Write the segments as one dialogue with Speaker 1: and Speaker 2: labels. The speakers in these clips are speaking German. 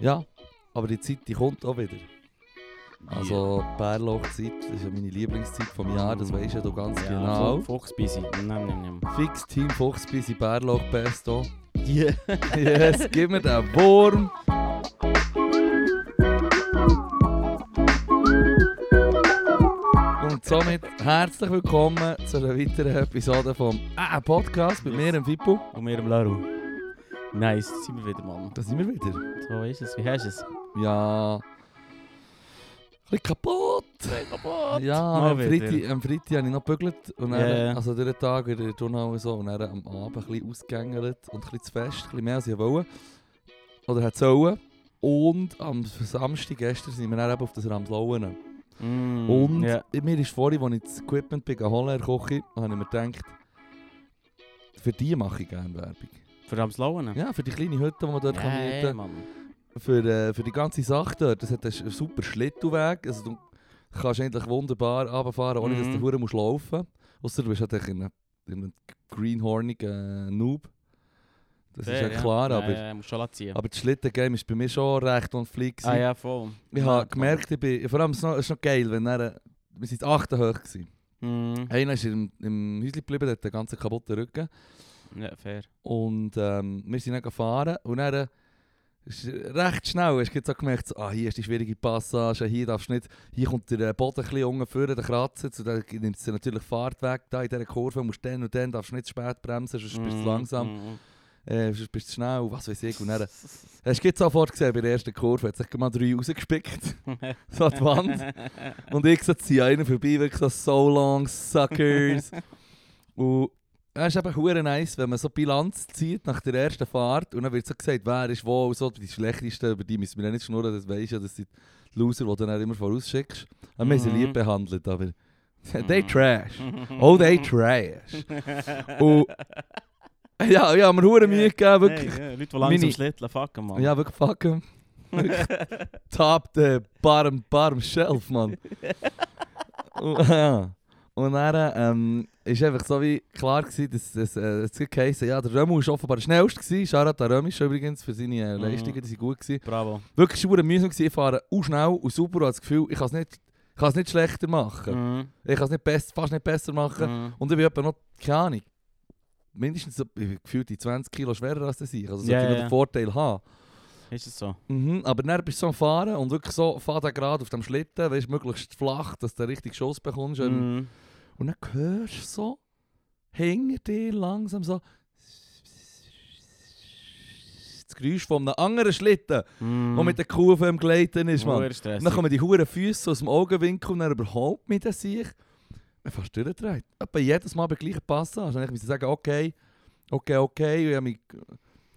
Speaker 1: Ja, aber die Zeit die kommt auch wieder. Also die Bärlauchzeit ist ja meine Lieblingszeit vom Jahr, das weisst ja du ganz genau.
Speaker 2: Fuchsbisi. Nimm, nimm, nimm.
Speaker 1: Fix Team Fuchsbisi Bärlauch Pesto.
Speaker 2: Yeah.
Speaker 1: Yes, gib mir den Wurm. Und somit herzlich willkommen zu einer weiteren Episode vom äh, Podcast mit mir, dem Fippo.
Speaker 2: Und wir im Laru. Nice, da sind wir wieder, Mann.
Speaker 1: Da sind wir wieder.
Speaker 2: So ist es. Wie hast du es?
Speaker 1: Ja. Ein bisschen kaputt.
Speaker 2: Kaputt.
Speaker 1: Ja,
Speaker 2: Mal
Speaker 1: am
Speaker 2: wieder.
Speaker 1: Freitag, am Freitag habe ich noch gebügelt. Und dann,
Speaker 2: Ja, ja.
Speaker 1: also durch den Tag in der Turnhalle so. Und dann am Abend ein bisschen ausgängelt und ein bisschen zu fest, ein bisschen mehr als ich wollte. Oder hätte sollen. Und am Samstag gestern sind wir dann eben auf das Ramslauen.
Speaker 2: Mm,
Speaker 1: Und
Speaker 2: Ja.
Speaker 1: mir ist vorhin, als ich das Equipment bin, holen, Herr Kochi, habe ich mir gedacht, für die mache ich gerne Werbung.
Speaker 2: Für am Slauen.
Speaker 1: Ja, für die kleine Hütte, die man dort kann mieten
Speaker 2: Ja, Mann.
Speaker 1: für, äh, für die ganze Sache dort. Das hat einen sch- super Schlittelweg. Also du kannst eigentlich wunderbar runterfahren, ohne dass du
Speaker 2: Mhm.
Speaker 1: hure musst laufen Außer du bist halt in einem, in einem greenhornigen äh, Noob. Das ist ja
Speaker 2: Fair,
Speaker 1: klar,
Speaker 2: ja.
Speaker 1: aber,
Speaker 2: Ja, ja, musst schon ziehen.
Speaker 1: aber das Schlitten-Game ist bei mir schon recht und flieg.
Speaker 2: Ah
Speaker 1: gewesen.
Speaker 2: ja, voll.
Speaker 1: Ich habe gemerkt, ich bin, vor allem ist es noch, es ist noch geil, wenn er, äh, wir sind acht hoch gewesen.
Speaker 2: Mm.
Speaker 1: Einer ist im, im Häuschen geblieben, der hat den ganzen kaputten Rücken.
Speaker 2: Ja, fair.
Speaker 1: Und ähm, wir sind dann gefahren und dann äh, ist recht schnell hast du jetzt auch gemerkt, so, ah, hier ist die schwierige Passage, hier darfst du nicht, hier kommt der äh, Boden ein bisschen unten vor, der kratzt, und dann nimmt es natürlich Fahrt weg, da in dieser Kurve musst du dann und dann, darfst du nicht zu spät bremsen, sonst bist du zu
Speaker 2: Mm,
Speaker 1: langsam,
Speaker 2: mm, mm.
Speaker 1: äh, sonst bist du zu schnell, was weiß ich. Und dann, hast du jetzt sofort gesehen, bei der ersten Kurve hat sich gleich mal drei rausgespickt, so an die Wand. Und ich so ziehe einen vorbei, wirklich so so long, suckers. und es ist eben hure nice, wenn man so Bilanz zieht nach der ersten Fahrt und dann wird so gesagt, wer ist wo und so. Die Schlechtesten, über die müssen wir ja nicht schnurren, das weisst du ja, das sind die Loser, die du dann immer vorausschickst. Aber wir sind
Speaker 2: Mhm.
Speaker 1: lieb behandelt, aber... they
Speaker 2: Mhm.
Speaker 1: trash. Oh, they trash. und... Ja, ja, mir hure Mühe gegeben, wirklich.
Speaker 2: Hey, ja, Leute, die
Speaker 1: Meine-
Speaker 2: langsam schlitteln, fucken, Mann.
Speaker 1: Ja, wirklich fuck 'em. top the bottom bottom shelf, man. Und, ja. Und dann ähm, ist einfach so wie klar gewesen, dass dass, äh, es das geheißen, ja, der Römu war offenbar der schnellste gewesen. Shoutout an Römisch übrigens für seine äh,
Speaker 2: Mhm.
Speaker 1: Leistungen, die sind gut gewesen.
Speaker 2: Bravo.
Speaker 1: Wirklich super mühsam gewesen, ich fahre auch schnell und super und habe das Gefühl, ich kann es nicht, ich kann es nicht schlechter machen.
Speaker 2: Mhm.
Speaker 1: Ich kann es nicht best, fast nicht besser machen.
Speaker 2: Mhm.
Speaker 1: Und ich bin etwa noch, keine Ahnung, mindestens so, ich bin gefühlt die 20 Kilo schwerer als ich. Also sollte
Speaker 2: Ja,
Speaker 1: ich noch
Speaker 2: ja,
Speaker 1: den
Speaker 2: ja.
Speaker 1: Vorteil haben.
Speaker 2: Ist es so?
Speaker 1: Mhm, aber dann bist du so am Fahren und wirklich so, fahr da gerade auf dem Schlitten, weißt, möglichst flach, dass du den richtigen Schuss bekommst.
Speaker 2: Mhm.
Speaker 1: Und dann hörst du so, hinter dir langsam so, das Geräusch von einem anderen Schlitten,
Speaker 2: Mhm.
Speaker 1: der mit der Kurve im Gleiten ist, Mann.
Speaker 2: Huere
Speaker 1: Und
Speaker 2: stressig.
Speaker 1: dann kommen die huren Füße aus dem Augenwinkel und dann überhaupt nicht an sich. Ich fast durchgedreht. Etwa jedes Mal bei gleichen Passage. Dann musste ich sagen, okay, okay, okay. Und ich habe mich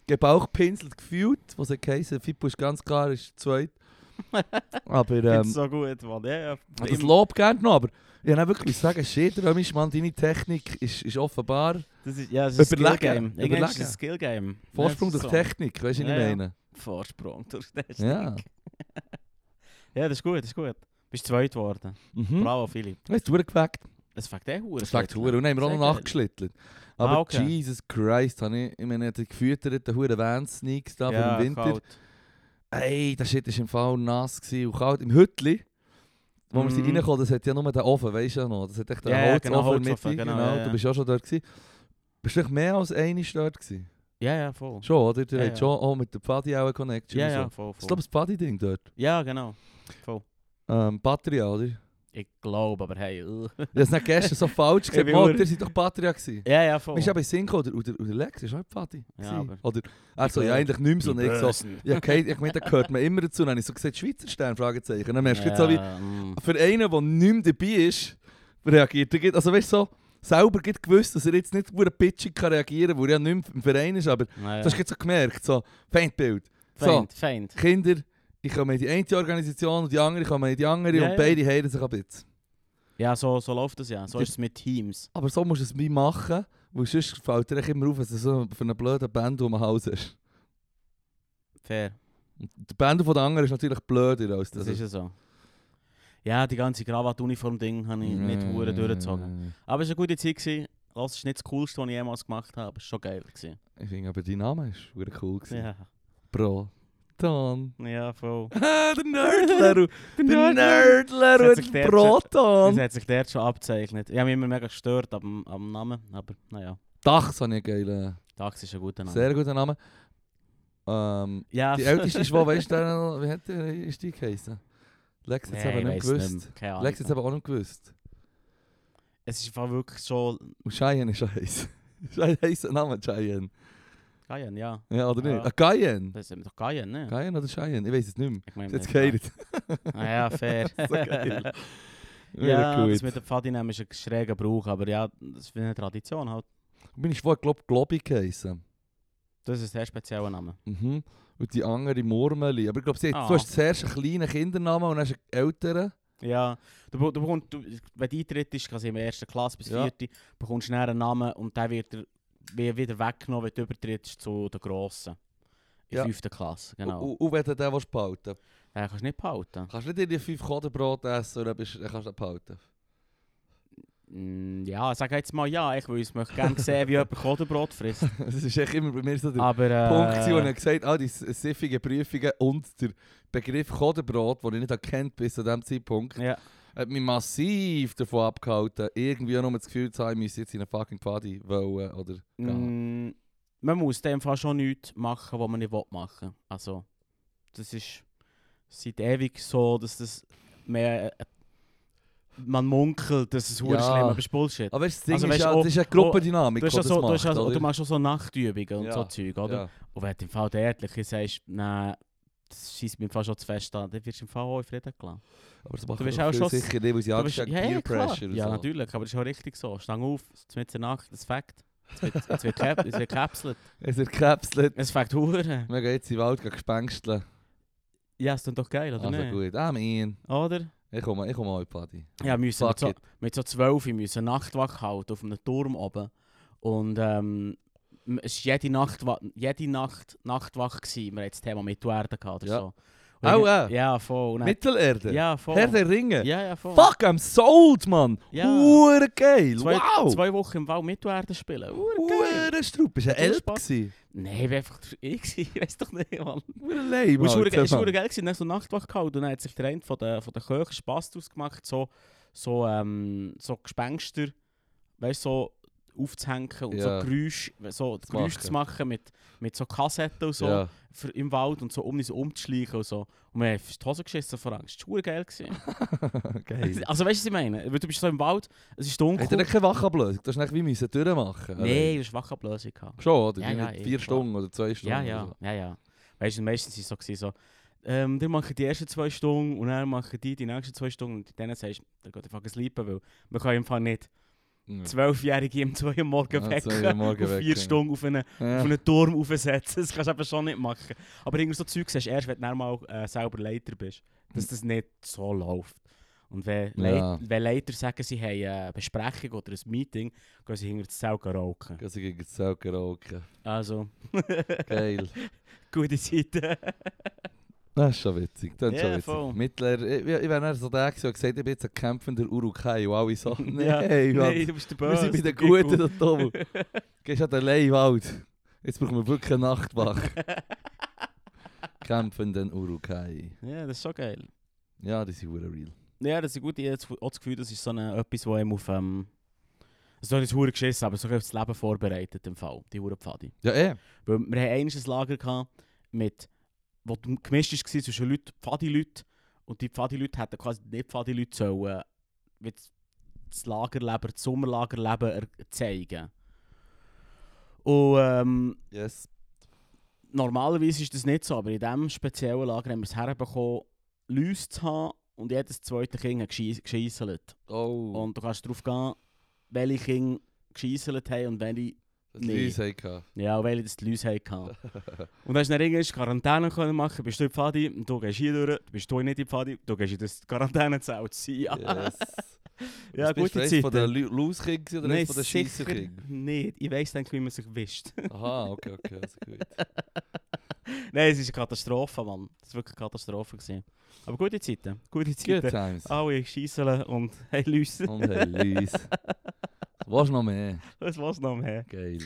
Speaker 1: gebauchpinselt gefühlt, was hat geheißen, Fippo ist ganz klar, ist zweit. aber
Speaker 2: Find's
Speaker 1: ähm,
Speaker 2: so gut, Mann. Ja, ja.
Speaker 1: das Lob gerne noch, aber ich habe dann wirklich sagen, shit, Römisch, Mann, deine Technik ist, ist offenbar
Speaker 2: Das ist, ja, das ist ein
Speaker 1: Überlegen,
Speaker 2: Skill-Game. Irgendwann ist es
Speaker 1: überlegen.
Speaker 2: ein Skill-Game.
Speaker 1: Vorsprung
Speaker 2: Ja, das
Speaker 1: durch
Speaker 2: ist so.
Speaker 1: Technik, weißt du, was ich
Speaker 2: Ja, ja.
Speaker 1: meine?
Speaker 2: Vorsprung durch Technik.
Speaker 1: Ja.
Speaker 2: Ja, das ist gut, das ist gut. Bist zweit geworden.
Speaker 1: Mhm.
Speaker 2: Bravo, Philipp.
Speaker 1: Weißt du, durchgeweckt.
Speaker 2: Es fängt eh Huren.
Speaker 1: Das schlägt Huren. Und dann haben wir auch noch nachgeschlittert. Aber
Speaker 2: Ah, okay.
Speaker 1: Jesus Christ, habe ich, ich meine, die gefütterten Huren Vans-Sneaks da
Speaker 2: Ja,
Speaker 1: für den Winter.
Speaker 2: kalt.
Speaker 1: Ey, das Shit war im Fall nass gewesen und kalt. Im Hütli, wo wir sind
Speaker 2: Mhm.
Speaker 1: reingekommen, das hat ja nur den Ofen, weißt du ja noch. Das hat echt den
Speaker 2: Ja, ja,
Speaker 1: Holzofen
Speaker 2: genau,
Speaker 1: mit.
Speaker 2: Holzofen, genau, ja,
Speaker 1: du
Speaker 2: ja.
Speaker 1: bist ja schon dort gewesen. Bist du nicht mehr als eine dort gewesen?
Speaker 2: Ja, ja, voll.
Speaker 1: Schon, oder? Du
Speaker 2: Ja,
Speaker 1: ja,
Speaker 2: ja.
Speaker 1: schon auch mit der Pfadi auch eine Connection.
Speaker 2: Ja,
Speaker 1: und so.
Speaker 2: ja, voll,
Speaker 1: Das ist
Speaker 2: voll.
Speaker 1: glaube ich das Pfadi-Ding dort.
Speaker 2: Ja, genau. Voll.
Speaker 1: Ähm, Patria, oder? Ich
Speaker 2: Ich glaube, aber hey. ugh.
Speaker 1: habe es nicht gestern so falsch
Speaker 2: bin
Speaker 1: gesagt. Mann,
Speaker 2: ur-
Speaker 1: ihr seid doch Patria gewesen.
Speaker 2: Ja, ja, voll.
Speaker 1: Mir ist eben in den Sinn gekommen, der- der, der Lex ist auch Pfadi.
Speaker 2: Ja,
Speaker 1: gewesen.
Speaker 2: aber-
Speaker 1: Oder, er so, ja
Speaker 2: Bösen.
Speaker 1: eigentlich nicht mehr so. Und ich so,
Speaker 2: Die
Speaker 1: ja, okay, ich meine, da gehört man immer dazu. Dann habe ich so gesagt, Schweizer Stern, Fragezeichen. Dann merkst du jetzt so, wie
Speaker 2: Ja, mm.
Speaker 1: für einen, der nicht mehr dabei ist, reagiert er. geht- Also weißt du, so, selber geht gewusst, dass er jetzt nicht nur pitchig kann reagieren kann, weil er ja nicht mehr im Verein ist. Aber
Speaker 2: Ja, ja.
Speaker 1: das hast du jetzt so gemerkt, so, Feindbild. So,
Speaker 2: Feind, Feind.
Speaker 1: Kinder, ich komme in die eine Organisation und die andere kommen in die andere
Speaker 2: Ja,
Speaker 1: und
Speaker 2: ja.
Speaker 1: beide heilen sich ein bisschen.
Speaker 2: Ja, so, so läuft das ja. So ist es mit Teams.
Speaker 1: Aber so musst du es wie machen, weil sonst fällt dir echt immer auf, dass du so für einen blöden Band um den Hals hast.
Speaker 2: Fair.
Speaker 1: Und Der Bänder von der anderen ist natürlich blöder als
Speaker 2: Das
Speaker 1: also-
Speaker 2: ist ja so. Ja, die ganze Krawatte-Uniform-Ding habe ich nicht
Speaker 1: Mm.
Speaker 2: Huren durchgezogen. Aber es war eine gute Zeit. Gewesen. Das ist nicht das Coolste, was ich
Speaker 1: Eh,
Speaker 2: jemals gemacht habe. aber Es war schon geil. Gewesen.
Speaker 1: Ich finde aber dein Name ist verdammt cool gewesen.
Speaker 2: Ja.
Speaker 1: Bro. Proton.
Speaker 2: Ja, voll.
Speaker 1: Ah, der Nerdler.
Speaker 2: Der
Speaker 1: der
Speaker 2: Nerd.
Speaker 1: Nerdler
Speaker 2: Das hat sich
Speaker 1: und
Speaker 2: der- Das
Speaker 1: Proton.
Speaker 2: hat sich dort schon abgezeichnet. Ich habe mich immer mega gestört am, am Namen, aber naja.
Speaker 1: Dachs habe ich einen geilen,
Speaker 2: Tax ist ein guter Name.
Speaker 1: sehr guten Namen. Ähm,
Speaker 2: ja.
Speaker 1: die älteste ist, wo, weißt du, der noch- nou- wie hat der, ist die geheißen? Lex hat es
Speaker 2: Nee, Ah,
Speaker 1: aber
Speaker 2: ich
Speaker 1: nicht
Speaker 2: weiss nicht
Speaker 1: gewusst.
Speaker 2: mehr. Keine Ahnung.
Speaker 1: Lex hat es aber auch nicht gewusst.
Speaker 2: Es ist einfach wirklich so.
Speaker 1: Und Cheyenne ist heiß. Cheyenne heisst der Name Cheyenne.
Speaker 2: Gaian, ja.
Speaker 1: Ja, oder nicht?
Speaker 2: Ja.
Speaker 1: Ah, Cayenne.
Speaker 2: Das ist doch Gaian, ne?
Speaker 1: Cayenne oder Cheyenne? Ich weiß es nicht mehr.
Speaker 2: Ich meine,
Speaker 1: Jetzt geheiratet.
Speaker 2: Ah ja, fair.
Speaker 1: So geil.
Speaker 2: ja,
Speaker 1: Mega
Speaker 2: das
Speaker 1: gut.
Speaker 2: mit dem Pfadi nehmen ist ein schräger Brauch, aber ja, das ist wie eine Tradition halt.
Speaker 1: Und meine Schwester, glaube Globi geheißen.
Speaker 2: Das ist ein sehr spezieller Name.
Speaker 1: Mhm. Und die andere Murmeli. Aber ich glaube, sie hat, du
Speaker 2: Ah.
Speaker 1: hast zuerst einen kleinen Kindernamen und dann hast einen älteren.
Speaker 2: Ja, du, be- du bekommst, du, wenn du eintrittst, quasi in der ersten Klasse bis
Speaker 1: Ja.
Speaker 2: vierte, bekommst du dann einen Namen und der wird dir wie- wieder weggenommen, wenn du übertrittst zu der Grossen. In
Speaker 1: Ja. Oh,
Speaker 2: der fünften Klasse, genau.
Speaker 1: Und, und wenn du den willst behalten willst.
Speaker 2: Den kannst du nicht behalten.
Speaker 1: Kannst nicht irgendwie fünf Kodenbrot essen und dann, bist, dann kannst du den behalten.
Speaker 2: Mm, Ja, sag jetzt mal ja, ich, weil ich möchte gerne sehen, wie jemand Kodenbrot frisst.
Speaker 1: Das ist echt immer bei mir so der
Speaker 2: Aber, äh,
Speaker 1: Punkt, gewesen, wo ich gesagt habe, ah, die s- siffigen Prüfungen und der Begriff Kodenbrot, den ich nicht erkannt bis zu diesem Zeitpunkt,
Speaker 2: Ja.
Speaker 1: hat mich massiv davon abgehalten, irgendwie auch nur das Gefühl zu haben, ich müsse jetzt in eine fucking Party wollen oder gehen.
Speaker 2: Mm, man muss in dem Fall schon nichts machen, was man nicht will machen will. Also, das ist seit ewig so, dass das mehr. äh, Man munkelt, dass es
Speaker 1: Ja.
Speaker 2: hure schlimm ist, aber ist Bullshit.
Speaker 1: Aber weißt, du, das Ah, Ding
Speaker 2: Also,
Speaker 1: ist
Speaker 2: weißt du,
Speaker 1: ja,
Speaker 2: auch-
Speaker 1: das ist ja Gruppendynamik,
Speaker 2: Du, hast
Speaker 1: die
Speaker 2: ja
Speaker 1: das
Speaker 2: so, du, hast
Speaker 1: macht,
Speaker 2: ja so,
Speaker 1: oder?
Speaker 2: du machst auch so Nachtübungen und
Speaker 1: Ja.
Speaker 2: so Zeug, oder?
Speaker 1: Ja.
Speaker 2: Und wenn du im Fall der Ehrliche sagst, nein, das schießt mir im Fall schon zu fest an, dann wirst du im Fall auch in Frieden gelassen.
Speaker 1: Aber das macht
Speaker 2: bist
Speaker 1: doch
Speaker 2: auch
Speaker 1: viel
Speaker 2: schon-
Speaker 1: sicher nicht, weil sie
Speaker 2: Du
Speaker 1: Angst
Speaker 2: bist-
Speaker 1: haben,
Speaker 2: ja,
Speaker 1: Peer
Speaker 2: ja, klar.
Speaker 1: Pressure dus und
Speaker 2: Ja,
Speaker 1: so.
Speaker 2: natürlich, aber das ist auch richtig so. Stang auf, es ist mitten in der Nacht, das ist Fakt. Es wird- Es wird cap- es wird gekapselt.
Speaker 1: Es wird gekapselt.
Speaker 2: Es fängt Huren.
Speaker 1: Wir gehen jetzt in den Wald gehen gespängsteln.
Speaker 2: Ja, ist dann doch geil, oder
Speaker 1: Also
Speaker 2: nicht?
Speaker 1: gut, Amen.
Speaker 2: Oder?
Speaker 1: Ich komme, ich komme auch in die Party.
Speaker 2: Ja, müssen
Speaker 1: Fuck
Speaker 2: mit, so,
Speaker 1: it.
Speaker 2: mit so 12 Uhr müssen Nachtwache halten auf einem Turm oben. Und ähm, m- es war jede Nacht, wa- jede Nacht Nachtwache. Gewesen. Wir hatten das Thema Mittelerde gehabt oder
Speaker 1: Ja.
Speaker 2: so.
Speaker 1: Au,
Speaker 2: ja.
Speaker 1: äh.
Speaker 2: Ja, voll. Und dann-
Speaker 1: Mittelerde.
Speaker 2: Ja, voll.
Speaker 1: Herr der Ringe.
Speaker 2: ja, ja, voll.
Speaker 1: Fuck, I'm sold, Mann.
Speaker 2: Ja.
Speaker 1: Hure geil.
Speaker 2: Zwei,
Speaker 1: wow.
Speaker 2: zwei Wochen im Wald Mittelerde spielen. Uh, geil.
Speaker 1: Hure Strupp. Ist ein
Speaker 2: Hat
Speaker 1: Elb
Speaker 2: Spaß.
Speaker 1: gewesen.
Speaker 2: Nein, ich war einfach ich, gewesen, ich weiß doch nicht, Mann.
Speaker 1: Hure lame.
Speaker 2: Und
Speaker 1: Alter,
Speaker 2: Es war verdammt- es war
Speaker 1: Mann.
Speaker 2: verdammt geil, gewesen. dann hast du so Nachtwache gehalten und dann hat sich der eine von den, von den Köchen Spass daraus gemacht, so, so, ähm, so Gespenster weißt, so aufzuhängen und
Speaker 1: Ja.
Speaker 2: so Geräusche, so
Speaker 1: Zu
Speaker 2: Geräusche
Speaker 1: machen.
Speaker 2: zu machen mit, mit so Kassetten und so
Speaker 1: Ja.
Speaker 2: für, im Wald und so um uns umzuschleichen und so. Und wir haben fast die Hose geschissen vor Angst. Es war verdammt geil. Gewesen.
Speaker 1: geil.
Speaker 2: Also weißt du, was ich meine? Weil du bist so im Wald, es ist
Speaker 1: Hat er
Speaker 2: dunkel.
Speaker 1: nicht keine Wachablösung? Du hast nicht wie müssen durchmachen.
Speaker 2: Nein, das war eine schwache Ablösung. gehabt.
Speaker 1: Schon, oder?
Speaker 2: Ja,
Speaker 1: Wie
Speaker 2: ja,
Speaker 1: mit
Speaker 2: eh,
Speaker 1: vier
Speaker 2: klar.
Speaker 1: Stunden oder zwei Stunden.
Speaker 2: Ja,
Speaker 1: oder
Speaker 2: ja,
Speaker 1: so.
Speaker 2: ja, ja. Weißt du, meistens ist es so, gewesen, so ähm, die machen die ersten zwei Stunden und dann machen die die nächsten zwei Stunden und denen sagst du, da geht einfach sleepen, weil man kann im Fall nicht
Speaker 1: Ja.
Speaker 2: Zwölfjährige um 2 Uhr morgen
Speaker 1: Ja,
Speaker 2: wecken,
Speaker 1: zwei am Morgen
Speaker 2: und vier
Speaker 1: wecken.
Speaker 2: Stunden auf einen, auf einen Turm aufsetzen. Das kannst du eben schon nicht machen. Aber irgendwie so Zeug siehst du erst, wenn du dann mal äh, selber Leiter Dus bist, dass das nicht so läuft. Und wenn, Leit-
Speaker 1: Ja.
Speaker 2: wenn Leiter sagen, sie haben eine Besprechung oder ein Meeting, gehen sie hinter das Zelt rauchen.
Speaker 1: Ja, sie gegen das Zelt gerauchen.
Speaker 2: Also,
Speaker 1: Geil.
Speaker 2: gute Zeiten.
Speaker 1: Das ist schon witzig. Das ist
Speaker 2: Ja,
Speaker 1: schon witzig.
Speaker 2: voll.
Speaker 1: Mittler, ich, ich wäre dann so der, gewesen, der gesagt hat, ich bin jetzt ein kämpfender Urukai. Und alle so, nein,
Speaker 2: Ja,
Speaker 1: Mann,
Speaker 2: nein, du bist der
Speaker 1: wir
Speaker 2: Böse.
Speaker 1: sind bei den
Speaker 2: der
Speaker 1: Guten
Speaker 2: Giggle.
Speaker 1: da oben. Gehst an den Leihwald. Jetzt brauchen wir wirklich eine Nachtwache. kämpfenden Urukai.
Speaker 2: Ja, das ist schon geil.
Speaker 1: Ja, die sind hure real.
Speaker 2: Ja, das ist gut. Ich habe jetzt auch das Gefühl, das ist so eine, etwas, wo einem auf... Ähm, so nicht hure geschissen, aber so auf das Leben vorbereitet im Fall, die hure Pfadi.
Speaker 1: Ja, eh.
Speaker 2: Weil wir haben einiges ein Lager gehabt, mit, wo du gemischt war zwischen Leuten, Pfadi-Leuten. Und die Pfadi-Leute hätten quasi nicht Pfadi-Leute sollen, äh, wie das- das Lagerleben, das Sommerlagerleben er- zeigen. Und ähm,
Speaker 1: Yes.
Speaker 2: normalerweise ist das nicht so, aber in diesem speziellen Lager haben wir es herbekommen, Läuse zu haben und jedes zweite Kind hat gescheisselt.
Speaker 1: Oh.
Speaker 2: Und du kannst darauf gehen, welche Kinder gescheisselt haben und welche,
Speaker 1: das nee.
Speaker 2: nee.
Speaker 1: Leute hatten.
Speaker 2: ja, und welche das die Läuse hatten. und dann hast du dann irgendwann Quarantäne können machen, bist du in die Pfadi, und du gehst hier durch, du bist du nicht in die Pfadi, du gehst in das Quarantänezelt.
Speaker 1: Yes.
Speaker 2: Ja, ja
Speaker 1: Was bist du,
Speaker 2: gute
Speaker 1: eins von den
Speaker 2: Zeit.
Speaker 1: Lu- Lauskind gewesen oder eins von den
Speaker 2: sicher
Speaker 1: Scheisserkind?
Speaker 2: nicht. Ich weiss dann, wie man sich wischt.
Speaker 1: Aha, okay, okay, also gut.
Speaker 2: Nein, es ist eine Katastrophe, Mann. Es war wirklich eine Katastrophe. Gewesen. Aber gute Zeiten. Gute
Speaker 1: Good
Speaker 2: Zeiten.
Speaker 1: times.
Speaker 2: Alle schießen und hey Lüsse.
Speaker 1: Und hey, Luis. Was noch mehr?
Speaker 2: Das war's noch mehr.
Speaker 1: Geil.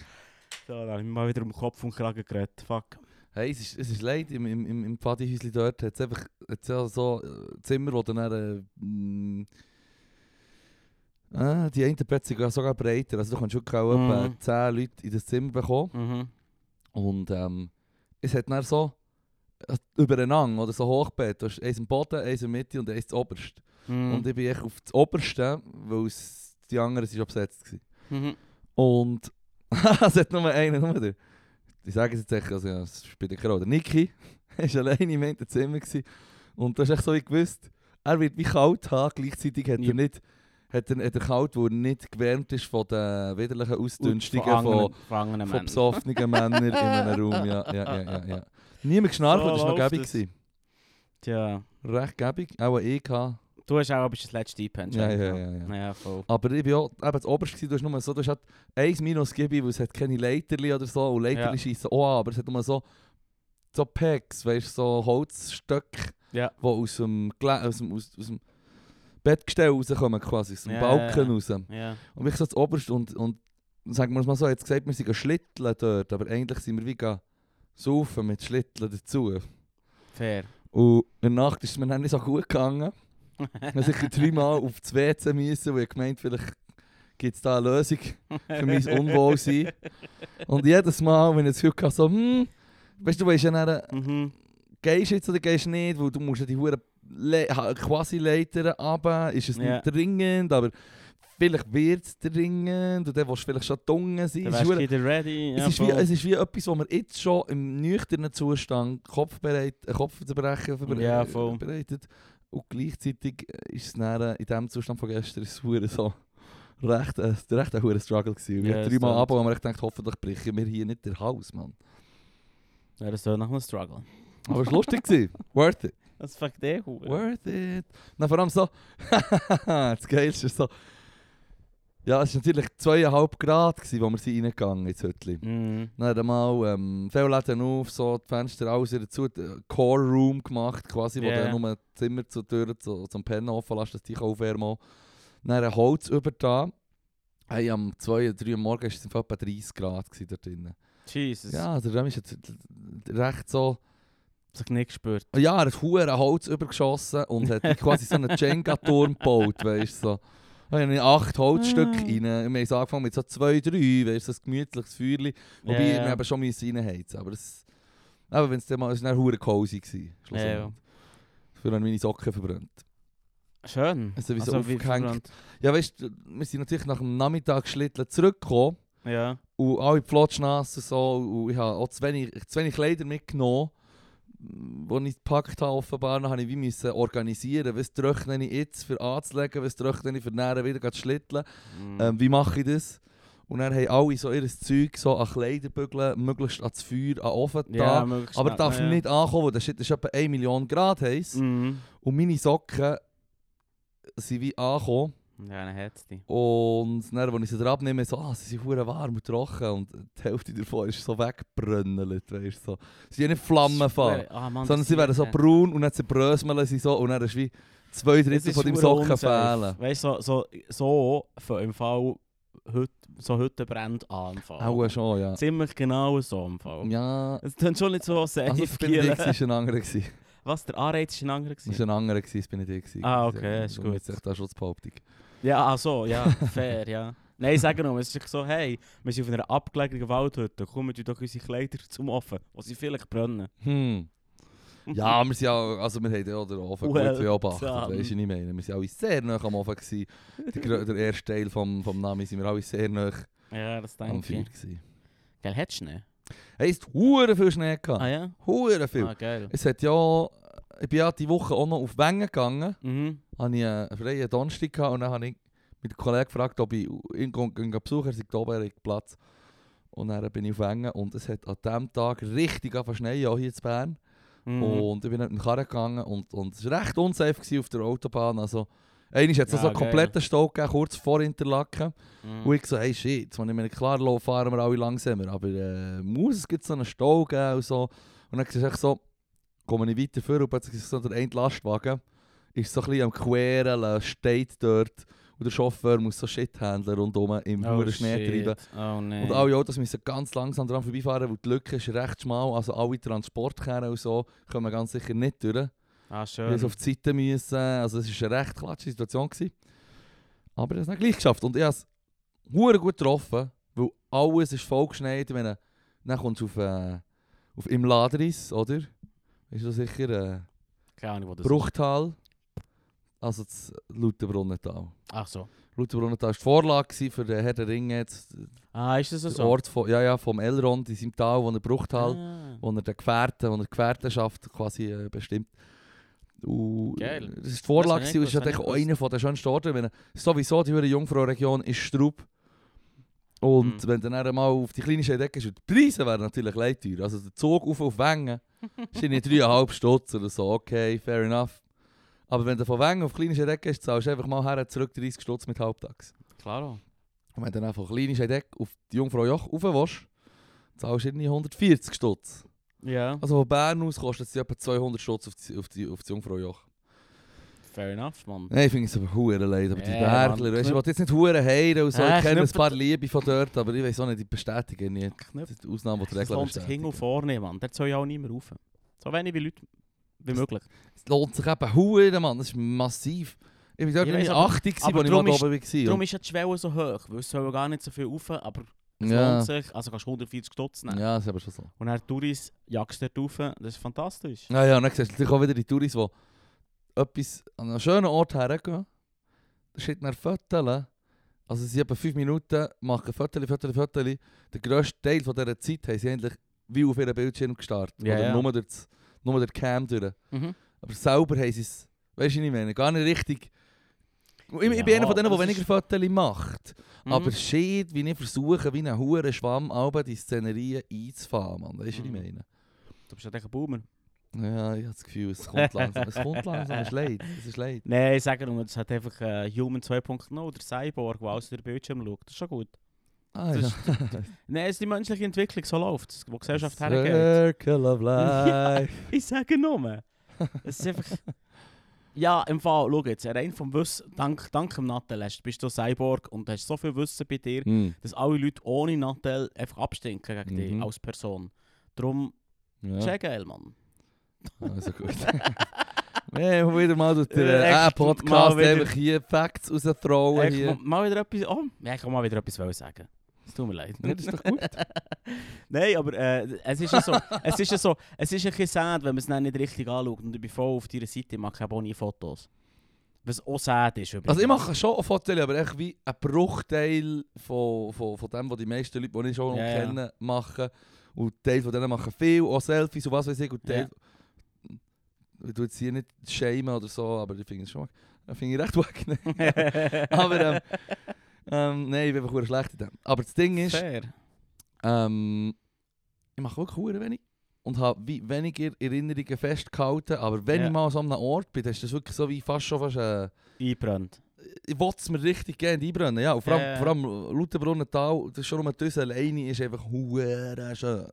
Speaker 2: So, dann habe ich mich mal wieder um Kopf und Kragen geredet. Fuck.
Speaker 1: Hey, es ist, es ist leid, im, im, im, im Pfadihäuschen dort hat es einfach hat's ja so äh, Zimmer, wo dann äh, mm, ah, die einen Plätze gehen sogar breiter. Also du kannst schon kaum
Speaker 2: Mhm.
Speaker 1: etwa 10 Leute in das Zimmer bekommen.
Speaker 2: Mhm.
Speaker 1: Und ähm, es hat dann so äh, übereinander oder so Hochbett. Du hast eins im Boden, eins in der Mitte und eins oberst.
Speaker 2: Mhm.
Speaker 1: Und ich bin echt auf das oberste, weil es- die anderen sind schon besetzt waren.
Speaker 2: mhm.
Speaker 1: Und es hat nur einen, nur der. Ich sage es jetzt echt, also ja, es spielt keine Rolle. Der Niki war alleine im hinten Zimmer. Gewesen. Und da hast du echt so wie gewusst, er wird wie kalt haben, gleichzeitig hat
Speaker 2: Ja.
Speaker 1: er nicht... Hat er, hat er kalt, wo er nicht gewärmt ist von den widerlichen
Speaker 2: Und
Speaker 1: Ausdünstungen
Speaker 2: von
Speaker 1: von,
Speaker 2: anderen- von anderen
Speaker 1: von
Speaker 2: Männern.
Speaker 1: besoffenen Männern in einem Raum. Ja, ja, ja, ja, ja. Niemand geschnarchelt,
Speaker 2: So
Speaker 1: das war noch
Speaker 2: läuft
Speaker 1: gäbig.
Speaker 2: es.
Speaker 1: gewesen.
Speaker 2: Tja,
Speaker 1: Recht gäbig, auch ein E EK. Ja,
Speaker 2: du hast auch bist das letzte Einpenn.
Speaker 1: ja, ja, ja.
Speaker 2: Ja, voll.
Speaker 1: Aber ich bin auch eben das Oberste, gewesen, du hast nur so, du hast halt eins Minus gegeben, weil es hat keine Leiterli oder so, und Leiterli
Speaker 2: Ja.
Speaker 1: schiessen auch an, aber es hat nur so, so Packs, weißt du, so Holzstöcke,
Speaker 2: Ja.
Speaker 1: die aus dem, Glä- aus dem, aus, aus dem Bettgestell rauskommen quasi, aus dem
Speaker 2: Ja,
Speaker 1: Balken
Speaker 2: ja,
Speaker 1: raus. Und
Speaker 2: Ja.
Speaker 1: ich so das Oberste und, und sagen wir es mal so, jetzt gesagt, wir sind schlitteln dort, aber eigentlich sind wir wie gegangen saufen mit Schlitteln dazu.
Speaker 2: Fair.
Speaker 1: Und in der Nacht ist es mir dann nicht so gut gegangen. Ich musste sicher dreimal auf das WC müssen, weil ich gemeint vielleicht gibt es da eine Lösung für mein Unwohlsein. Und jedes Mal, wenn ich das Gefühl hatte, so, hm, weißt du, weisst ja dann,
Speaker 2: Mhm.
Speaker 1: gehst du jetzt oder gehst du nicht, weil du musst ja die Huren quasi Leiter runter, ist es
Speaker 2: Ja.
Speaker 1: nicht dringend, aber vielleicht wird es dringend und dann willst du vielleicht schon dunkel sein.
Speaker 2: Dann
Speaker 1: Es ist
Speaker 2: wärst du
Speaker 1: verdammt-
Speaker 2: wieder ready.
Speaker 1: es,
Speaker 2: Ja,
Speaker 1: ist wie,
Speaker 2: voll.
Speaker 1: es ist wie etwas, wo man jetzt schon im nüchternen Zustand Kopf bereit, äh, Kopfzerbrechen verbre
Speaker 2: Ja,
Speaker 1: äh,
Speaker 2: voll.
Speaker 1: bereitet. Und gleichzeitig äh, ist es dann, äh, in dem Zustand von gestern ist es hure so recht, äh, recht ein hoher Struggle gewesen. Wir
Speaker 2: Ja,
Speaker 1: haben
Speaker 2: es
Speaker 1: dreimal ab,
Speaker 2: stimmt.
Speaker 1: aber ich dachte, hoffentlich brechen wir hier nicht den Haus, Mann.
Speaker 2: Ja, das soll nach einem Struggle.
Speaker 1: Aber es war lustig. gewesen. Worth it.
Speaker 2: Das fuckt eh gut.
Speaker 1: Worth it. Na, vor allem so, das Geilste ist so, ja, es war natürlich zweieinhalb Grad, gewesen, wo wir sind reingegangen ins Hütchen.
Speaker 2: Mhm.
Speaker 1: Dann mal ähm, viele Läden auf, so die Fenster alles wieder zu, den Core Room gemacht quasi, wo
Speaker 2: Ja.
Speaker 1: dann nur Zimmer zur Tür zu, zum Pennen offen lässt, dass die aufwärmen kann. Dann ein Holz über da. Hey, am 2 oder 3 Uhr morgens war es etwa 30 Grad gewesen dort drinnen.
Speaker 2: Jesus. Ja.
Speaker 1: Ja, also, der Röm ist jetzt recht so...
Speaker 2: Ich hab's nicht gespürt.
Speaker 1: Ja, er hat verdammt Holz übergeschossen und hat wie quasi so einen Jenga-Turm gebaut, weißt du. So. Da habe ich acht Holzstücke
Speaker 2: Ah.
Speaker 1: rein. Wir haben es angefangen mit so zwei, drei, weißt du, so ein gemütliches Feuerchen. Wobei
Speaker 2: Ja,
Speaker 1: wir
Speaker 2: ja.
Speaker 1: eben schon müssen reinheizen Aber es... Aber wenn es dann mal... Es war dann verdammt cozy. gewesen,
Speaker 2: Ja, ja.
Speaker 1: schlussendlich. Dafür habe ich meine Socken verbrannt.
Speaker 2: Schön.
Speaker 1: Also wie so
Speaker 2: wie
Speaker 1: aufgehängt.
Speaker 2: verbrannt.
Speaker 1: Ja, weißt du, wir sind natürlich nach dem Nachmittag schlitteln zurückgekommen.
Speaker 2: Ja.
Speaker 1: Und alle Plotschnassen so. Und ich habe auch zu wenig, zu wenig Kleider mitgenommen, die ich gepackt habe offenbar. Dann habe ich wie müssen organisieren, was trockne ich jetzt für anzulegen, was trockne ich für näher wieder zu schlitteln.
Speaker 2: Mhm.
Speaker 1: Ähm, wie mache ich das? Und dann haben alle so ihr Zeug so an Kleiderbügeln, möglichst ans Feuer, an den Ofen
Speaker 2: ja,
Speaker 1: da.
Speaker 2: möglichst
Speaker 1: Aber
Speaker 2: schnell,
Speaker 1: darf
Speaker 2: ja.
Speaker 1: nicht ankommen, weil das Shit ist etwa 1 Million Grad heiß.
Speaker 2: Mhm.
Speaker 1: Und meine Socken sind wie angekommen.
Speaker 2: Ja, dann hat's die.
Speaker 1: Und dann, als ich sie drauf nehme, so, ah, sie sind hure warm und trocken und die Hälfte davon ist so weggebrönnelt, weißt du, so. Sie sind nicht Flammen fahren,
Speaker 2: Ah, Mann,
Speaker 1: sondern
Speaker 2: das
Speaker 1: sie werden so
Speaker 2: ja.
Speaker 1: braun und dann zerbröseln sie so und dann ist wie zwei
Speaker 2: Es
Speaker 1: Drittel
Speaker 2: ist
Speaker 1: von deinem
Speaker 2: verdammt
Speaker 1: Socken
Speaker 2: unsafe.
Speaker 1: fehlen.
Speaker 2: Weißt du, so, so, so von im Fall heute, so heute brennt an. im Fall.
Speaker 1: Auch schon, ja.
Speaker 2: Ziemlich genau so im Fall.
Speaker 1: Ja,
Speaker 2: Es klingt schon nicht so safe.
Speaker 1: also es bin ich,
Speaker 2: Giel.
Speaker 1: es war ein anderer. gewesen.
Speaker 2: Was, der Anreiz war ein anderer?
Speaker 1: Es
Speaker 2: gewesen?
Speaker 1: war ein anderer, gewesen, es bin ich. gewesen. Also,
Speaker 2: Ah, okay, ist gut.
Speaker 1: Das ist echt eine Schutzbehauptung.
Speaker 2: Ja, ach so, ja, fair, ja. Nein, sag nur, es ist echt so, hey, wir sind auf einer abgelegenen Waldhütte, kommen wir doch unsere Kleider zum Offen, wo sie vielleicht brennen.
Speaker 1: Hm. Ja, wir sind ja, also wir haben ja den Ofen
Speaker 2: Well
Speaker 1: gut beobachtet,
Speaker 2: done.
Speaker 1: weisst du, was ich meine? Wir sind alle sehr nah am Ofen gewesen. Der, grö- der erste Teil vom, vom Nami sind wir alle sehr nah
Speaker 2: Ja, das
Speaker 1: am
Speaker 2: denke
Speaker 1: Feuer
Speaker 2: ich.
Speaker 1: gewesen.
Speaker 2: Geil, hättest du nicht?
Speaker 1: Hey, es hat hure viel Schnee
Speaker 2: Ah
Speaker 1: gehabt.
Speaker 2: ja?
Speaker 1: Hure viel.
Speaker 2: Ah, geil.
Speaker 1: Es hat ja, ich bin ja die Woche auch noch auf Wengen gegangen.
Speaker 2: Mhm.
Speaker 1: Habe ich äh, einen freien Donnerstag gehabt und dann habe ich mit dem Kollegen gefragt, ob ich ihn gehen- gehen besuchen kann. Er da oben, er hat Platz. Und dann bin ich auf Wengen und es hat an diesem Tag richtig angefangen zu schneien, auch hier in Bern.
Speaker 2: mhm.
Speaker 1: Und ich bin mit dem Karren gegangen und, und es war recht unsafe gewesen auf der Autobahn. Also, eigentlich hat es
Speaker 2: Ja,
Speaker 1: so einen
Speaker 2: geil.
Speaker 1: kompletten Stau gegeben, kurz vor Interlaken.
Speaker 2: Mhm.
Speaker 1: Und ich so, hey shit, wenn ich mir klar laufe, fahren wir alle langsamer. Aber äh, muss es gibt so einen Stau geben und so. Und dann ist echt so, komme ich weiter vor und plötzlich ist so der eine Lastwagen, ist so ein bisschen am Queren, steht dort. Und der Chauffeur muss so Shithändler rundherum im
Speaker 2: Oh,
Speaker 1: oh, Schnee
Speaker 2: shit.
Speaker 1: treiben.
Speaker 2: Oh nein.
Speaker 1: Und alle Autos müssen ganz langsam dran vorbeifahren, weil die Lücke ist recht schmal. Also alle Transportkehren und so kommen ganz sicher nicht durch.
Speaker 2: Ah,
Speaker 1: Wir
Speaker 2: schön.
Speaker 1: mussten auf die Seite. Müssen. Also es war eine recht klatsche Situation. Gewesen. Aber ich habe es dann gleich geschafft. Und ich habe es verdammt gut getroffen, weil alles ist voll geschneit. Ich meine, dann kommst du auf, äh, auf im Ladris, oder? Ist das sicher äh,
Speaker 2: Keine Ahnung, wo das
Speaker 1: Bruchtal? Also das Lauterbrunnental.
Speaker 2: Ach so.
Speaker 1: Lauterbrunnental war die Vorlage gewesen für den Herr der Ringe, jetzt,
Speaker 2: Ah, ist das so?
Speaker 1: der Ort von, ja, ja, vom Elrond in seinem Tal, wo er Bruchtal
Speaker 2: Ah.
Speaker 1: wo er den Gefährten, wo er die Gefährtenschaft quasi äh, bestimmt. Und
Speaker 2: Geil.
Speaker 1: Das ist die Vorlage
Speaker 2: Das hab ich
Speaker 1: gewesen, und es
Speaker 2: nicht
Speaker 1: ist natürlich
Speaker 2: gewusst,
Speaker 1: auch einer von den schönsten Orte. Wenn, sowieso die Hure Jungfrau-Region ist Strub. Und
Speaker 2: Mhm.
Speaker 1: wenn du dann mal auf die kleine Scheidecke gehst, und die Preise wären natürlich leid teuer. Also der Zug auf auf Wengen sind nicht 3,5 Stutz oder so. Okay, fair enough. Aber wenn du von Wengen auf kleine Scheidecke gehst, zahlst du einfach mal her zurück 30 Stutz mit Halbtags.
Speaker 2: Klaro.
Speaker 1: Und wenn du dann von kleine Scheidecke auf die Jungfrau-Joch rauf willst, zahlst du irgendwie 140 Stutz.
Speaker 2: Ja.
Speaker 1: Also von Bern aus kostet sie etwa 200 Stutz auf die, auf die, auf die Jungfraujoch.
Speaker 2: Fair enough, Mann.
Speaker 1: Nein, ich finde es aber hure leid. Aber die
Speaker 2: Ja,
Speaker 1: Bärler,
Speaker 2: Mann.
Speaker 1: weißt du, ich will jetzt nicht hure heiren und so.
Speaker 2: Äh,
Speaker 1: ich kenne ein
Speaker 2: knüppelt-
Speaker 1: paar Liebe von dort, aber ich weiß auch nicht, die bestätigen nicht. Das
Speaker 2: Knöpfe.
Speaker 1: ist die Ausnahme, die die
Speaker 2: Das
Speaker 1: Regel
Speaker 2: lohnt sich hin und
Speaker 1: bestätigen.
Speaker 2: vorne, Mann. Der soll ja auch nicht mehr rauf. So wenig wie Leute wie
Speaker 1: Das-
Speaker 2: möglich.
Speaker 1: Es lohnt sich eben hure, Mann. Das ist massiv. Ich war dort
Speaker 2: Ich
Speaker 1: in
Speaker 2: weiss,
Speaker 1: der
Speaker 2: aber-
Speaker 1: 8, als ich
Speaker 2: aber
Speaker 1: mal da
Speaker 2: drum
Speaker 1: oben
Speaker 2: ist-
Speaker 1: war.
Speaker 2: Darum
Speaker 1: und-
Speaker 2: ist ja die Schwelle so hoch, weil es soll ja gar nicht so viel rauf, aber es
Speaker 1: Ja,
Speaker 2: lohnt sich. Also kannst du 140 Stutz nehmen.
Speaker 1: ja, das ist aber schon so.
Speaker 2: Und dann Touris jagst du dort rauf. Das ist fantastisch.
Speaker 1: Ah Ja, ja, und dann siehst du natürlich auch wieder die Touris, die etwas an einen schönen Ort hergehen. Da steht dann Fotos. Also sie haben fünf Minuten, machen Fotos, Fotos, Fotos. Der grösste Teil von dieser Zeit haben sie eigentlich wie auf ihrem Bildschirm gestartet.
Speaker 2: Ja,
Speaker 1: Oder
Speaker 2: ja.
Speaker 1: nur durch, das, nur durch die Cam durch.
Speaker 2: Mhm.
Speaker 1: Aber selber haben sie es, weißt du, was ich meine, gar nicht richtig... Ich, ich bin
Speaker 2: Ja,
Speaker 1: einer von denen,
Speaker 2: das
Speaker 1: der weniger
Speaker 2: ist-
Speaker 1: Fotos macht.
Speaker 2: Mhm.
Speaker 1: Aber shit, wie ich versuche, wie ein hure Schwamm, aber die Szenerien einzufahren, Mann. Weißt du, was ich
Speaker 2: Mhm.
Speaker 1: meine?
Speaker 2: du bist ja echt ein Boomer.
Speaker 1: Ja, ich habe das Gefühl, es kommt langsam. Es kommt langsam, es ist leid. Es ist leid.
Speaker 2: Nein, ich sage nur, das hat einfach äh, Human 2.0 oder Cyborg, der aus den Bildschirm schaut. Das ist schon gut.
Speaker 1: Ah,
Speaker 2: Das
Speaker 1: ja.
Speaker 2: Nein, es ist die menschliche Entwicklung, so läuft es, wo die Gesellschaft hergeht.
Speaker 1: Circle of Life.
Speaker 2: Ich sage nur. Es ist einfach... Ja, im Fall, schau jetzt, rein vom Wissen, dank, dank dem Nattel hast, bist du Cyborg und hast so viel Wissen bei dir,
Speaker 1: Hm,
Speaker 2: dass alle Leute ohne Nattel einfach abstinken gegen dich
Speaker 1: Mhm.
Speaker 2: als Person. Darum,
Speaker 1: ja. Oh,
Speaker 2: check geil, Mann.
Speaker 1: Also gut. Wir haben wieder mal durch den
Speaker 2: Ja,
Speaker 1: äh,
Speaker 2: echt mal
Speaker 1: Podcast
Speaker 2: wieder-
Speaker 1: einfach hier Facts rausthrowen.
Speaker 2: Ich
Speaker 1: Hier.
Speaker 2: mal wieder etwas... Oh, ja, ich kann mal wieder etwas wollen sagen. Es tut mir leid.
Speaker 1: Ja, das ist doch gut.
Speaker 2: Nein, aber äh, es ist ja so, es ist ja so, es ist ein bisschen sad, wenn man es dann nicht richtig anschaut. Und ich bin voll auf deiner Seite, ich mache eben auch nie Fotos. Was auch sad ist übrigens.
Speaker 1: Also ich mache schon ein Foto, aber echt wie ein Bruchteil von, von, von dem, was die meisten Leute, die ich schon
Speaker 2: Ja, ja.
Speaker 1: kenne, machen. Und Teil von denen machen viel, auch Selfies und was weiß ich. Und Teil, Ich tue jetzt hier nicht schämen oder so, aber ich finde es schon... Ich finde ich recht wack. ne? aber ähm, ähm, nein, ich bin einfach verdammt schlecht in dem. Aber das Ding ist,
Speaker 2: Fair.
Speaker 1: ähm, ich mache wirklich verdammt wenig und habe wie weniger Erinnerungen festgehalten. Aber wenn
Speaker 2: Ja.
Speaker 1: ich mal an so einem Ort bin, dann ist das wirklich so dus wie fast schon fast... Äh,
Speaker 2: Eingebrannt.
Speaker 1: ich will es mir richtig gerne einbrennen. Ja, und vor allem,
Speaker 2: Ja, ja.
Speaker 1: vor allem Lauterbrunnental, das ist schon um das alleine, ist einfach hure schön.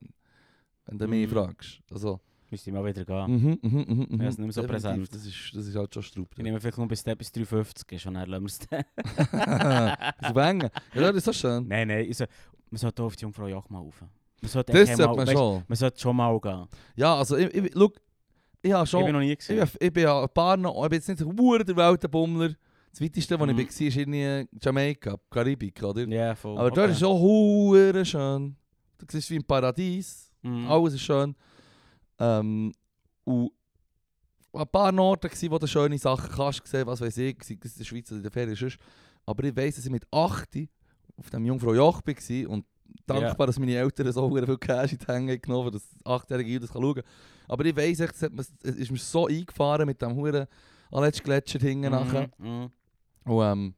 Speaker 1: Wenn du mich
Speaker 2: Mhm.
Speaker 1: fragst. Also,
Speaker 2: Müsste ich mal wieder gehen.
Speaker 1: mhm, mhm, mhm, mhm.
Speaker 2: Ja, ist nicht mehr so
Speaker 1: Definitiv,
Speaker 2: präsent.
Speaker 1: Das ist, das ist halt schon Strupp.
Speaker 2: Ich nehme vielleicht nur bis Step bis 350 ist und dann lassen wir es dann.
Speaker 1: Zu Wengen. Ja, das ist so schön.
Speaker 2: Nein, nein, ich so, man sollte auch auf die Jungfrau Joch mal rauf. Man sollte
Speaker 1: Das
Speaker 2: echt
Speaker 1: sollte
Speaker 2: mal-
Speaker 1: man
Speaker 2: weißt,
Speaker 1: schon.
Speaker 2: Man sollte schon mal gehen.
Speaker 1: Ja, also, ich, ich, look, ich habe
Speaker 2: Ich bin
Speaker 1: schon.
Speaker 2: noch nie
Speaker 1: Ich
Speaker 2: gesehen.
Speaker 1: bin, ich bin ja ein paar noch. Ich bin jetzt nicht hure der Weltenbummler. Das weiteste, wo
Speaker 2: Mhm.
Speaker 1: ich war, war irgendwie Jamaika, Karibik, oder?
Speaker 2: Ja, voll.
Speaker 1: Aber dort ist schon hure schön. Du siehst wie im Paradies.
Speaker 2: Mhm.
Speaker 1: Alles ist schön. Ähm, und ein paar Orte gsi, wo du schöne Sachen kannst sehen, was weiß ich, sei das in der Schweiz oder in der Ferien sonst. Aber ich weiss, dass ich mit 8 auf dem Jungfrau Joch war und dankbar, dass meine Eltern so verdammt viel Cash in die Hänge genommen haben, dass das 8-jährige Kind das kann schauen kann. Aber ich weiss, echt, es, hat mir- es ist mir so eingefahren mit dem huren Gletscher hinten nachher.
Speaker 2: Mhm, mhm.
Speaker 1: Und, ähm,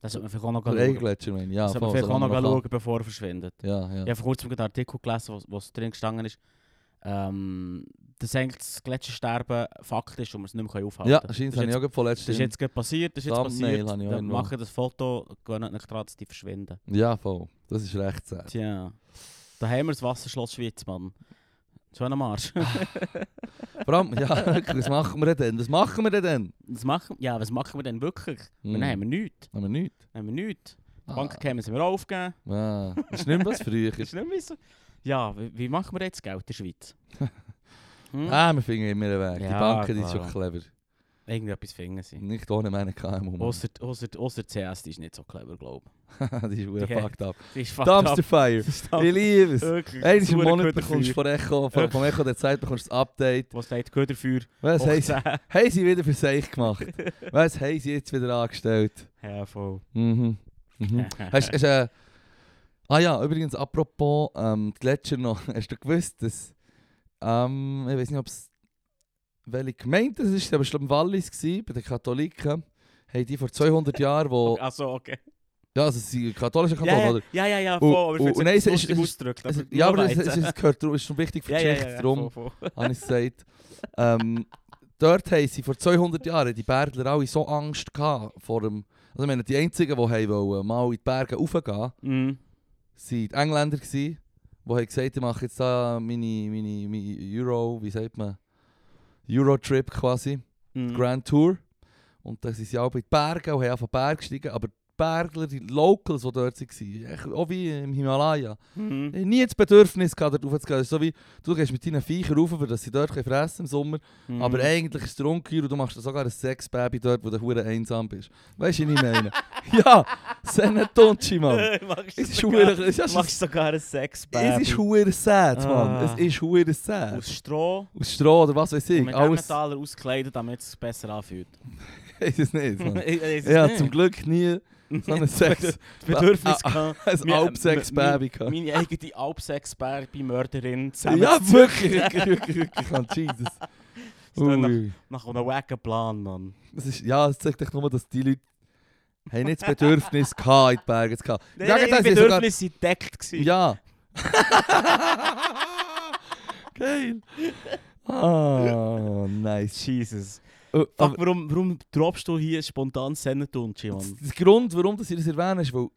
Speaker 2: Das sollte man vielleicht auch noch
Speaker 1: oder ein
Speaker 2: schauen.
Speaker 1: Gletscher, meine ich. Ja,
Speaker 2: Das sollte man
Speaker 1: voll,
Speaker 2: vielleicht auch noch
Speaker 1: solange man
Speaker 2: schauen, bevor er verschwindet.
Speaker 1: kann. Ja, ja.
Speaker 2: Ich habe vor kurzem einen Artikel gelesen, wo, wo es drin gestanden ist, ähm, dass eigentlich das Gletschersterben Fakt ist und wir es nicht mehr können aufhalten
Speaker 1: Ja,
Speaker 2: können.
Speaker 1: scheint habe
Speaker 2: das, ist
Speaker 1: ich
Speaker 2: jetzt-
Speaker 1: auch gerade vorletzt.
Speaker 2: das ist jetzt gerade passiert, das ist jetzt
Speaker 1: Thumbnail
Speaker 2: passiert.
Speaker 1: habe ich auch
Speaker 2: Dann
Speaker 1: irgendwo.
Speaker 2: machen das Foto, gewöhnt nicht daran, dass die verschwinden.
Speaker 1: Ja, voll. Das ist recht sad.
Speaker 2: Tja, da haben wir das Wasserschloss Schweiz, Mann. Schöner Marsch.
Speaker 1: Vor allem, ja, dus wirklich, was machen wir denn? Was machen wir denn?
Speaker 2: Was machen, ja, was machen wir denn wirklich?
Speaker 1: Hm,
Speaker 2: Dann haben wir nichts.
Speaker 1: Haben wir nichts.
Speaker 2: Dann haben wir nichts. Die
Speaker 1: Ah.
Speaker 2: Banken haben wir aufgegeben.
Speaker 1: Ah, das ist nicht mehr was früher.
Speaker 2: Ist nicht mehr so. Ja, wie, wie machen wir jetzt Geld in der Schweiz? Hm?
Speaker 1: Ah, wir finden immer einen Weg. Die
Speaker 2: Ja,
Speaker 1: Banken die sind
Speaker 2: klar.
Speaker 1: schon clever.
Speaker 2: Irgendetwas finden sie.
Speaker 1: Nicht ohne meine KMU. Mann.
Speaker 2: Ausser, ausser, ausser die CS, die ist nicht so clever, glaube
Speaker 1: die ist wirklich
Speaker 2: Die-
Speaker 1: fucked up.
Speaker 2: ich. Die ist fucked
Speaker 1: Dumpster
Speaker 2: up. Eh,
Speaker 1: Fire. Ich liebe es.
Speaker 2: Wirklich.
Speaker 1: Eines im
Speaker 2: Hure
Speaker 1: Monat
Speaker 2: Köderfeuer.
Speaker 1: bekommst du von Echo, von, vom Echo der Zeit bekommst du das Update.
Speaker 2: Was sagt Köderfeuer?
Speaker 1: Was haben sie,
Speaker 2: 18.
Speaker 1: haben sie wieder für sich gemacht? Was haben sie jetzt wieder angestellt?
Speaker 2: Ja, voll.
Speaker 1: Mhm. Mhm. hast, hast, äh, ah ja, übrigens, apropos ähm, die Gletscher noch. Hast du gewusst, dass... Ähm, ich weiß nicht, ob es... Welche Gemeinde es ist, aber es war im Wallis, gewesen, bei den Katholiken. Haben die vor 200 Jahren, wo...
Speaker 2: Achso, okay.
Speaker 1: Ja, also es sind katholische Katholiken,
Speaker 2: Ja, ja,
Speaker 1: oder?
Speaker 2: ja, ja, ja,
Speaker 1: Und-
Speaker 2: voll. Aber ich
Speaker 1: und-
Speaker 2: finde
Speaker 1: nein, es
Speaker 2: es
Speaker 1: ist-
Speaker 2: lustig
Speaker 1: es ist-
Speaker 2: ausgedrückt.
Speaker 1: Es,
Speaker 2: aber
Speaker 1: ja, aber es,
Speaker 2: nur
Speaker 1: es,
Speaker 2: weizen.
Speaker 1: es gehört, drum- ist schon wichtig für
Speaker 2: Ja,
Speaker 1: die
Speaker 2: ja,
Speaker 1: Geschichte,
Speaker 2: ja,
Speaker 1: darum...
Speaker 2: voll, voll.
Speaker 1: habe ich gesagt. ähm, dort haben sie vor 200 Jahren die Bergler alle so Angst gehabt vor dem... Also ich meine, die Einzigen, die haben wollen, mal in die Berge raufgehen wollten,
Speaker 2: Mhm.
Speaker 1: waren die Engländer, gewesen, die haben gesagt, ich mache jetzt da meine, meine, meine Euro... Wie sagt man? Euro-Trip quasi.
Speaker 2: Mhm.
Speaker 1: Grand Tour. Und dann sind sie auch in die Berge und haben auf den Berg gestiegen. Aber die Bergler, die Locals, die dort waren, echt auch wie im Himalaya,
Speaker 2: Mhm.
Speaker 1: ich hab nie das Bedürfnis gehabt, dort raufzugehen. Das ist So wie, du gehst mit deinen Viechern rauf, weil dass sie dort fressen können im Sommer.
Speaker 2: Mhm.
Speaker 1: Aber eigentlich ist der Ungeheuer und du machst sogar ein Sexbaby dort, wo du hure einsam bist. Weißt du, was ich meine? ja, Senetonchi, Mann.
Speaker 2: Machst
Speaker 1: Es ist
Speaker 2: Oh. sogar-
Speaker 1: hure... Es ist-
Speaker 2: Machst sogar ein
Speaker 1: es
Speaker 2: Sexbaby.
Speaker 1: ist hure sad, Mann.
Speaker 2: Ah.
Speaker 1: Es ist hure sad.
Speaker 2: Aus Stroh.
Speaker 1: Aus Stroh oder was weiß
Speaker 2: und
Speaker 1: ich.
Speaker 2: Mit
Speaker 1: Alles...
Speaker 2: Emmentaler ausgekleidet, damit es besser anfühlt.
Speaker 1: Ich weiß es nicht, Mann.
Speaker 2: Ich- ich weiß es
Speaker 1: Ja,
Speaker 2: nicht.
Speaker 1: zum Glück nie so ein Sex...
Speaker 2: Das Bedürfnis
Speaker 1: Ah,
Speaker 2: gehabt,
Speaker 1: ein
Speaker 2: Mir-
Speaker 1: Alpsex-Baby gehabt.
Speaker 2: meine eigene Alpsex-Baby-Mörderin zusammen
Speaker 1: Ja, wirklich, wirklich, wirklich, wirklich, Mann. Jesus.
Speaker 2: ist doch noch-
Speaker 1: Ui.
Speaker 2: nach einem wacken Plan, Mann.
Speaker 1: Das ist, ja, es zeigt euch nur, dass die Leute haben nicht das Bedürfnis gehabt, in die Berge zu gehen. Im
Speaker 2: Nein,
Speaker 1: Gegenteil,
Speaker 2: nein, die
Speaker 1: sie sogar-
Speaker 2: Bedürfnisse sind deckt gewesen.
Speaker 1: Ja. Geil. Ah, nice.
Speaker 2: Jesus.
Speaker 1: Oh,
Speaker 2: Fuck,
Speaker 1: aber
Speaker 2: warum, warum droppst du hier spontan Sennetunchi,
Speaker 1: das-
Speaker 2: Mann?
Speaker 1: der Grund, warum das ihr das erwähnt, ist, weil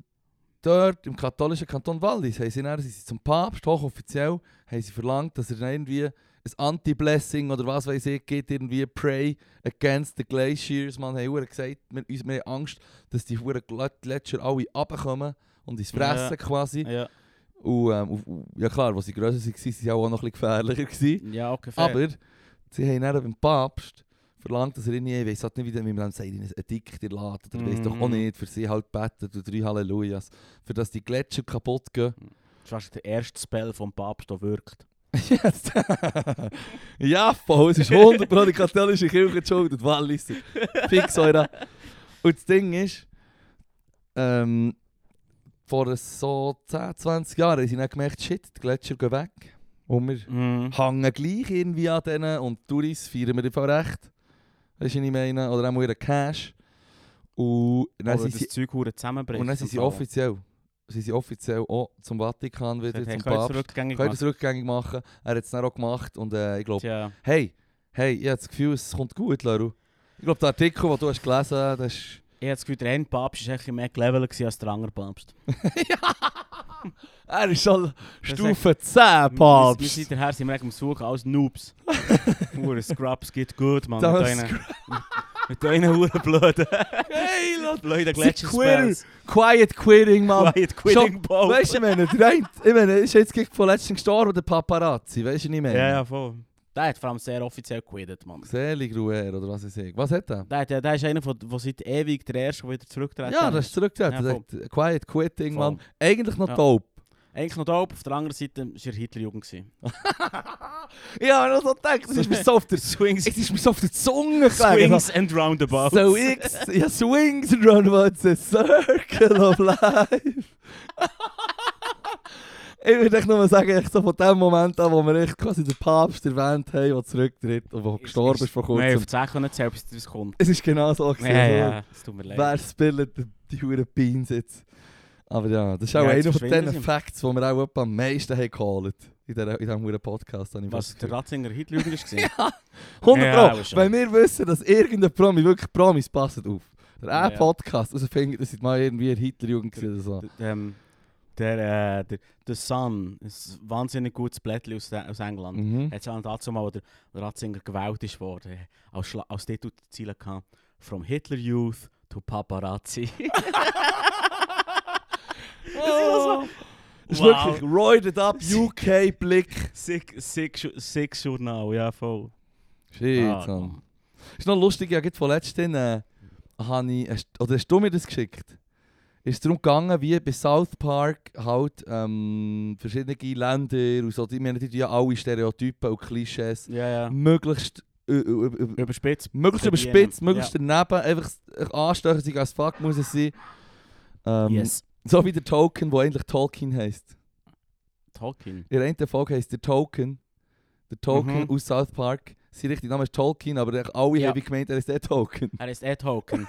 Speaker 1: dort im katholischen Kanton Wallis haben sie, dann, sie sind zum Papst, hochoffiziell, haben sie verlangt, dass er dann irgendwie ein Anti-Blessing oder was weiß ich gibt, irgendwie Pray against the Glaciers. Man hat verdammt gesagt, wir, uns, wir haben Angst, dass die verdammt Glet- Gletscher alle runterkommen und ins Fressen
Speaker 2: Ja.
Speaker 1: quasi.
Speaker 2: Ja,
Speaker 1: Und, ähm, auf- auf- ja klar, als sie grösser waren, waren sie auch noch ein bisschen gefährlicher. Gewesen.
Speaker 2: ja okay, fair.
Speaker 1: Aber sie haben dann beim Papst verlangt, dass er ihnen, ich weiß halt nicht, wie der- wie man dem sagt, ihnen ein Edikt erlässt. Oder weiss doch auch
Speaker 2: Mhm.
Speaker 1: nicht, für sie halt betet und drei Hallelujas. Für dass die Gletscher kaputt gehen.
Speaker 2: Das war der erste Spell vom Papst, der wirkt.
Speaker 1: Jetzt. ja, voll, es ist 100% die katholische Kirche geschuldet, Walliser. Fix eure. Und das Ding ist, ähm, vor so 10, 20 Jahren haben sie dann gemerkt, shit, die Gletscher gehen weg. Und wir
Speaker 2: Mhm.
Speaker 1: hängen gleich irgendwie an denen und Touris feiern wir im Fall recht. Weißt du, was ich meine? Oder auch ihren Cash. Und dann
Speaker 2: Aber
Speaker 1: sind
Speaker 2: das
Speaker 1: sie,
Speaker 2: Zeug hure zusammenbricht.
Speaker 1: und dann sind sie offiziell, sind sie offiziell auch zum Vatikan wieder, zum Papst.
Speaker 2: zurückgängig
Speaker 1: Könnt ihr
Speaker 2: gemacht.
Speaker 1: es rückgängig machen? Er hat es dann auch gemacht und äh, ich glaube,
Speaker 2: Tja.
Speaker 1: hey, hey, ich habe das Gefühl, es kommt gut, Laru. Ich glaube, der Artikel, den du hast gelesen hast, das ist...
Speaker 2: Ich habe das Gefühl, der eine Papst war ein bisschen mehr gelevelt gewesen als der andere Papst.
Speaker 1: Er ist schon Stufe 10,
Speaker 2: Wir
Speaker 1: Papst.
Speaker 2: sind daher, sind wir eigentlich am Suchen als Noobs. Hure Scrubs geht gut, Mann.
Speaker 1: Das
Speaker 2: Mit deinen, mit deinen Huren blöden,
Speaker 1: Hey, Laru.
Speaker 2: blöden
Speaker 1: Sie queer.
Speaker 2: Gletscherspells.
Speaker 1: Quiet quitting, Mann.
Speaker 2: Quiet Quitting Pope.
Speaker 1: Weißt du, ich meine, der eine, ich meine, ist jetzt gegen vorletzten gestorben, der Paparazzi, weißt du, was ich meine?
Speaker 2: Ja, ja, voll. Der hat vor allem sehr offiziell quittet, Mann.
Speaker 1: Selig Ruher, oder was ich sage. Was hat er?
Speaker 2: Der, der, der ist einer, der seit ewig der Erste, der wieder zurücktreten
Speaker 1: Ja, das ist zurückgetreten. Der
Speaker 2: Ja, voll.
Speaker 1: hat Quiet quitting,
Speaker 2: Voll.
Speaker 1: Mann. Eigentlich noch
Speaker 2: Ja.
Speaker 1: dope.
Speaker 2: Eigentlich noch dope, auf der anderen Seite war er Hitlerjugend. gewesen.
Speaker 1: ja, aber so gedacht, es ist mir so auf der
Speaker 2: Swings,
Speaker 1: Es ist mir so auf der Zunge gelegen.
Speaker 2: Swings and roundabouts.
Speaker 1: So ich, ja, swings and roundabouts, a circle of life. ich würde echt nur sagen, echt so von dem Moment an, wo wir echt quasi den Papst erwähnt haben, der zurücktritt und der gestorben ist vor
Speaker 2: Nein, auf
Speaker 1: kurzem.
Speaker 2: die Sache können zählen, bis das kommt.
Speaker 1: Es ist genau so gewesen.
Speaker 2: Ja,
Speaker 1: so.
Speaker 2: ja, es tut mir leid.
Speaker 1: Wer spielt die- die huren Beans jetzt? Aber Ah, ja, das ist auch
Speaker 2: Ja, jetzt
Speaker 1: einer von
Speaker 2: verschwinden
Speaker 1: diesen
Speaker 2: sie.
Speaker 1: Facts, die wir auch etwa am meisten haben geholt in dieser- in diesem huren Podcast. habe ich
Speaker 2: Was,
Speaker 1: fast
Speaker 2: der
Speaker 1: gefühlt.
Speaker 2: Ratzinger Hitlerjugend war?
Speaker 1: 100
Speaker 2: Ja,
Speaker 1: Pro.
Speaker 2: aber schon.
Speaker 1: Wenn wir wissen, dass irgendein Promi wirklich Promis passt auf. Der
Speaker 2: Ja,
Speaker 1: ja,
Speaker 2: ja.
Speaker 1: dus podcast also findet, das ist mal irgendwie eine Hitlerjugend gewesen oder so.
Speaker 2: D- ähm, Der, äh, der The Sun ist ein wahnsinnig gutes Blättchen aus, aus England.
Speaker 1: Mhm.
Speaker 2: Jetzt haben dazu mal, wo der der Ratzinger gewählt ist worden, äh, als, Schla- als Titelziele kam «From Hitler Youth to Paparazzi».
Speaker 1: Oh. Das ist
Speaker 2: Wow.
Speaker 1: wirklich roided up UK-Blick.
Speaker 2: sick, sick, Ju- sick Journal, ja voll.
Speaker 1: Shit,
Speaker 2: Ah,
Speaker 1: Mann. Ist noch lustig, ja, vorletzt äh, habe ich, hast, oder hast du mir das geschickt? Ist darum gegangen, wie bei South Park halt ähm, verschiedene Länder und so, die, ich meine, die tun ja alle Stereotypen und Klischees
Speaker 2: Ja, ja.
Speaker 1: möglichst, äh, äh, äh,
Speaker 2: Überspitzt.
Speaker 1: möglichst
Speaker 2: Verdienen.
Speaker 1: überspitzt, möglichst daneben, einfach äh, anstechend als fuck muss es sein. Ähm,
Speaker 2: yes.
Speaker 1: So wie der Token, der eigentlich Tolkien heisst.
Speaker 2: Tolkien.
Speaker 1: In der einen Folge heisst der Token. Der Token
Speaker 2: Mhm.
Speaker 1: aus South Park. Sein richtiger Name ist Tolkien, aber echt alle
Speaker 2: Ja.
Speaker 1: haben gemeint, er ist der Token.
Speaker 2: Er ist eh Tolkien.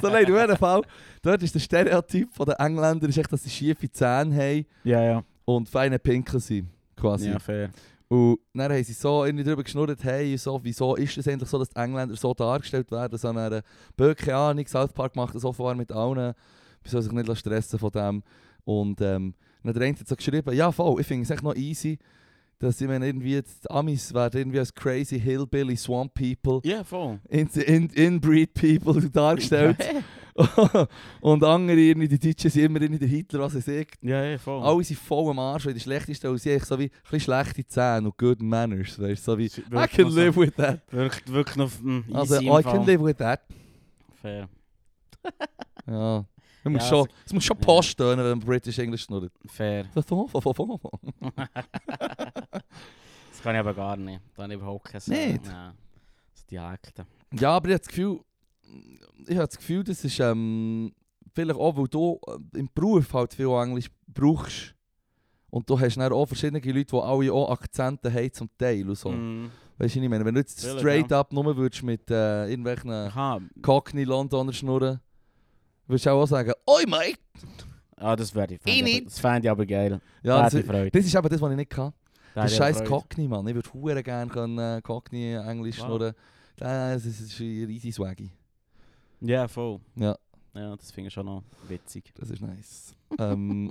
Speaker 1: so nein, in jedem Fall, dort ist der Stereotyp von den Engländern, ist echt, dass sie schiefe Zähne haben
Speaker 2: ja, ja.
Speaker 1: und feine Pinkel sind, quasi.
Speaker 2: Ja, fair.
Speaker 1: Und dann haben sie so irgendwie darüber geschnurrt, hey, so, wieso ist es eigentlich so, dass die Engländer so dargestellt werden, so einer Bö- keine Ahnung, South Park macht das offenbar mit allen, man soll sich nicht lassen stressen von dem. Und ähm, dann hat der eine hat so geschrieben, ja voll, ich finde es echt noch easy, dass ich meine, irgendwie jetzt die Amis werden irgendwie als crazy hillbilly swamp people,
Speaker 2: Ja, voll.
Speaker 1: in, in, inbreed people dargestellt. und andere, irgendwie, die Deutschen sind immer irgendwie der Hitler, was er sagt.
Speaker 2: Ja, ja, voll.
Speaker 1: Alle sind voll am Arsch, weil die schlechtesten und sie haben so wie ein bisschen schlechte Zähne und good manners. Weißt, so wie,
Speaker 2: Sie-
Speaker 1: I
Speaker 2: wirklich
Speaker 1: can
Speaker 2: noch so-
Speaker 1: live with that.
Speaker 2: Wirklich, wirklich noch mm, easy
Speaker 1: Also,
Speaker 2: im
Speaker 1: I
Speaker 2: Fall.
Speaker 1: can live with that.
Speaker 2: Fair.
Speaker 1: Ja. Man muss
Speaker 2: Ja,
Speaker 1: schon,
Speaker 2: also-
Speaker 1: es muss schon
Speaker 2: ja.
Speaker 1: Post tönen, wenn man British English schnurrt.
Speaker 2: Fair.
Speaker 1: Von vorn, von vorn, von vorn.
Speaker 2: Das kann ich aber gar nicht. Da habe ich überhaupt keine
Speaker 1: Nicht?
Speaker 2: Nein. Das Dialekte.
Speaker 1: Ja, aber ich habe das Gefühl, ich habe das Gefühl, das ist ähm, vielleicht auch, weil du äh, im Beruf halt viel Englisch brauchst. Und du hast dann auch verschiedene Leute, die alle auch Akzente haben zum Teil und so.
Speaker 2: Mm.
Speaker 1: Weißt du, was ich meine, wenn du jetzt
Speaker 2: Vielleicht,
Speaker 1: straight
Speaker 2: ja.
Speaker 1: up nur würdest mit äh, irgendwelchen
Speaker 2: Aha.
Speaker 1: Cockney-Londoner schnurren, würdest du auch sagen, «Oi, mate!»
Speaker 2: Ah, das werde ich.
Speaker 1: Ich
Speaker 2: fände ich aber-
Speaker 1: nicht.
Speaker 2: Das fände ich aber geil.
Speaker 1: Ja,
Speaker 2: das
Speaker 1: das,
Speaker 2: hätte ich Freude.
Speaker 1: das ist aber das, was ich nicht kann.
Speaker 2: Da
Speaker 1: Der
Speaker 2: hätte ich aber
Speaker 1: scheiß
Speaker 2: Freude.
Speaker 1: Cockney, Mann. Ich würde hure gerne können, äh, Cockney-Englisch
Speaker 2: Wow.
Speaker 1: schnurren. Das ist, ist ein riesiges Swaggy.
Speaker 2: Ja, voll.
Speaker 1: Ja.
Speaker 2: Ja, das finde ich schon noch witzig.
Speaker 1: Das ist nice. ähm,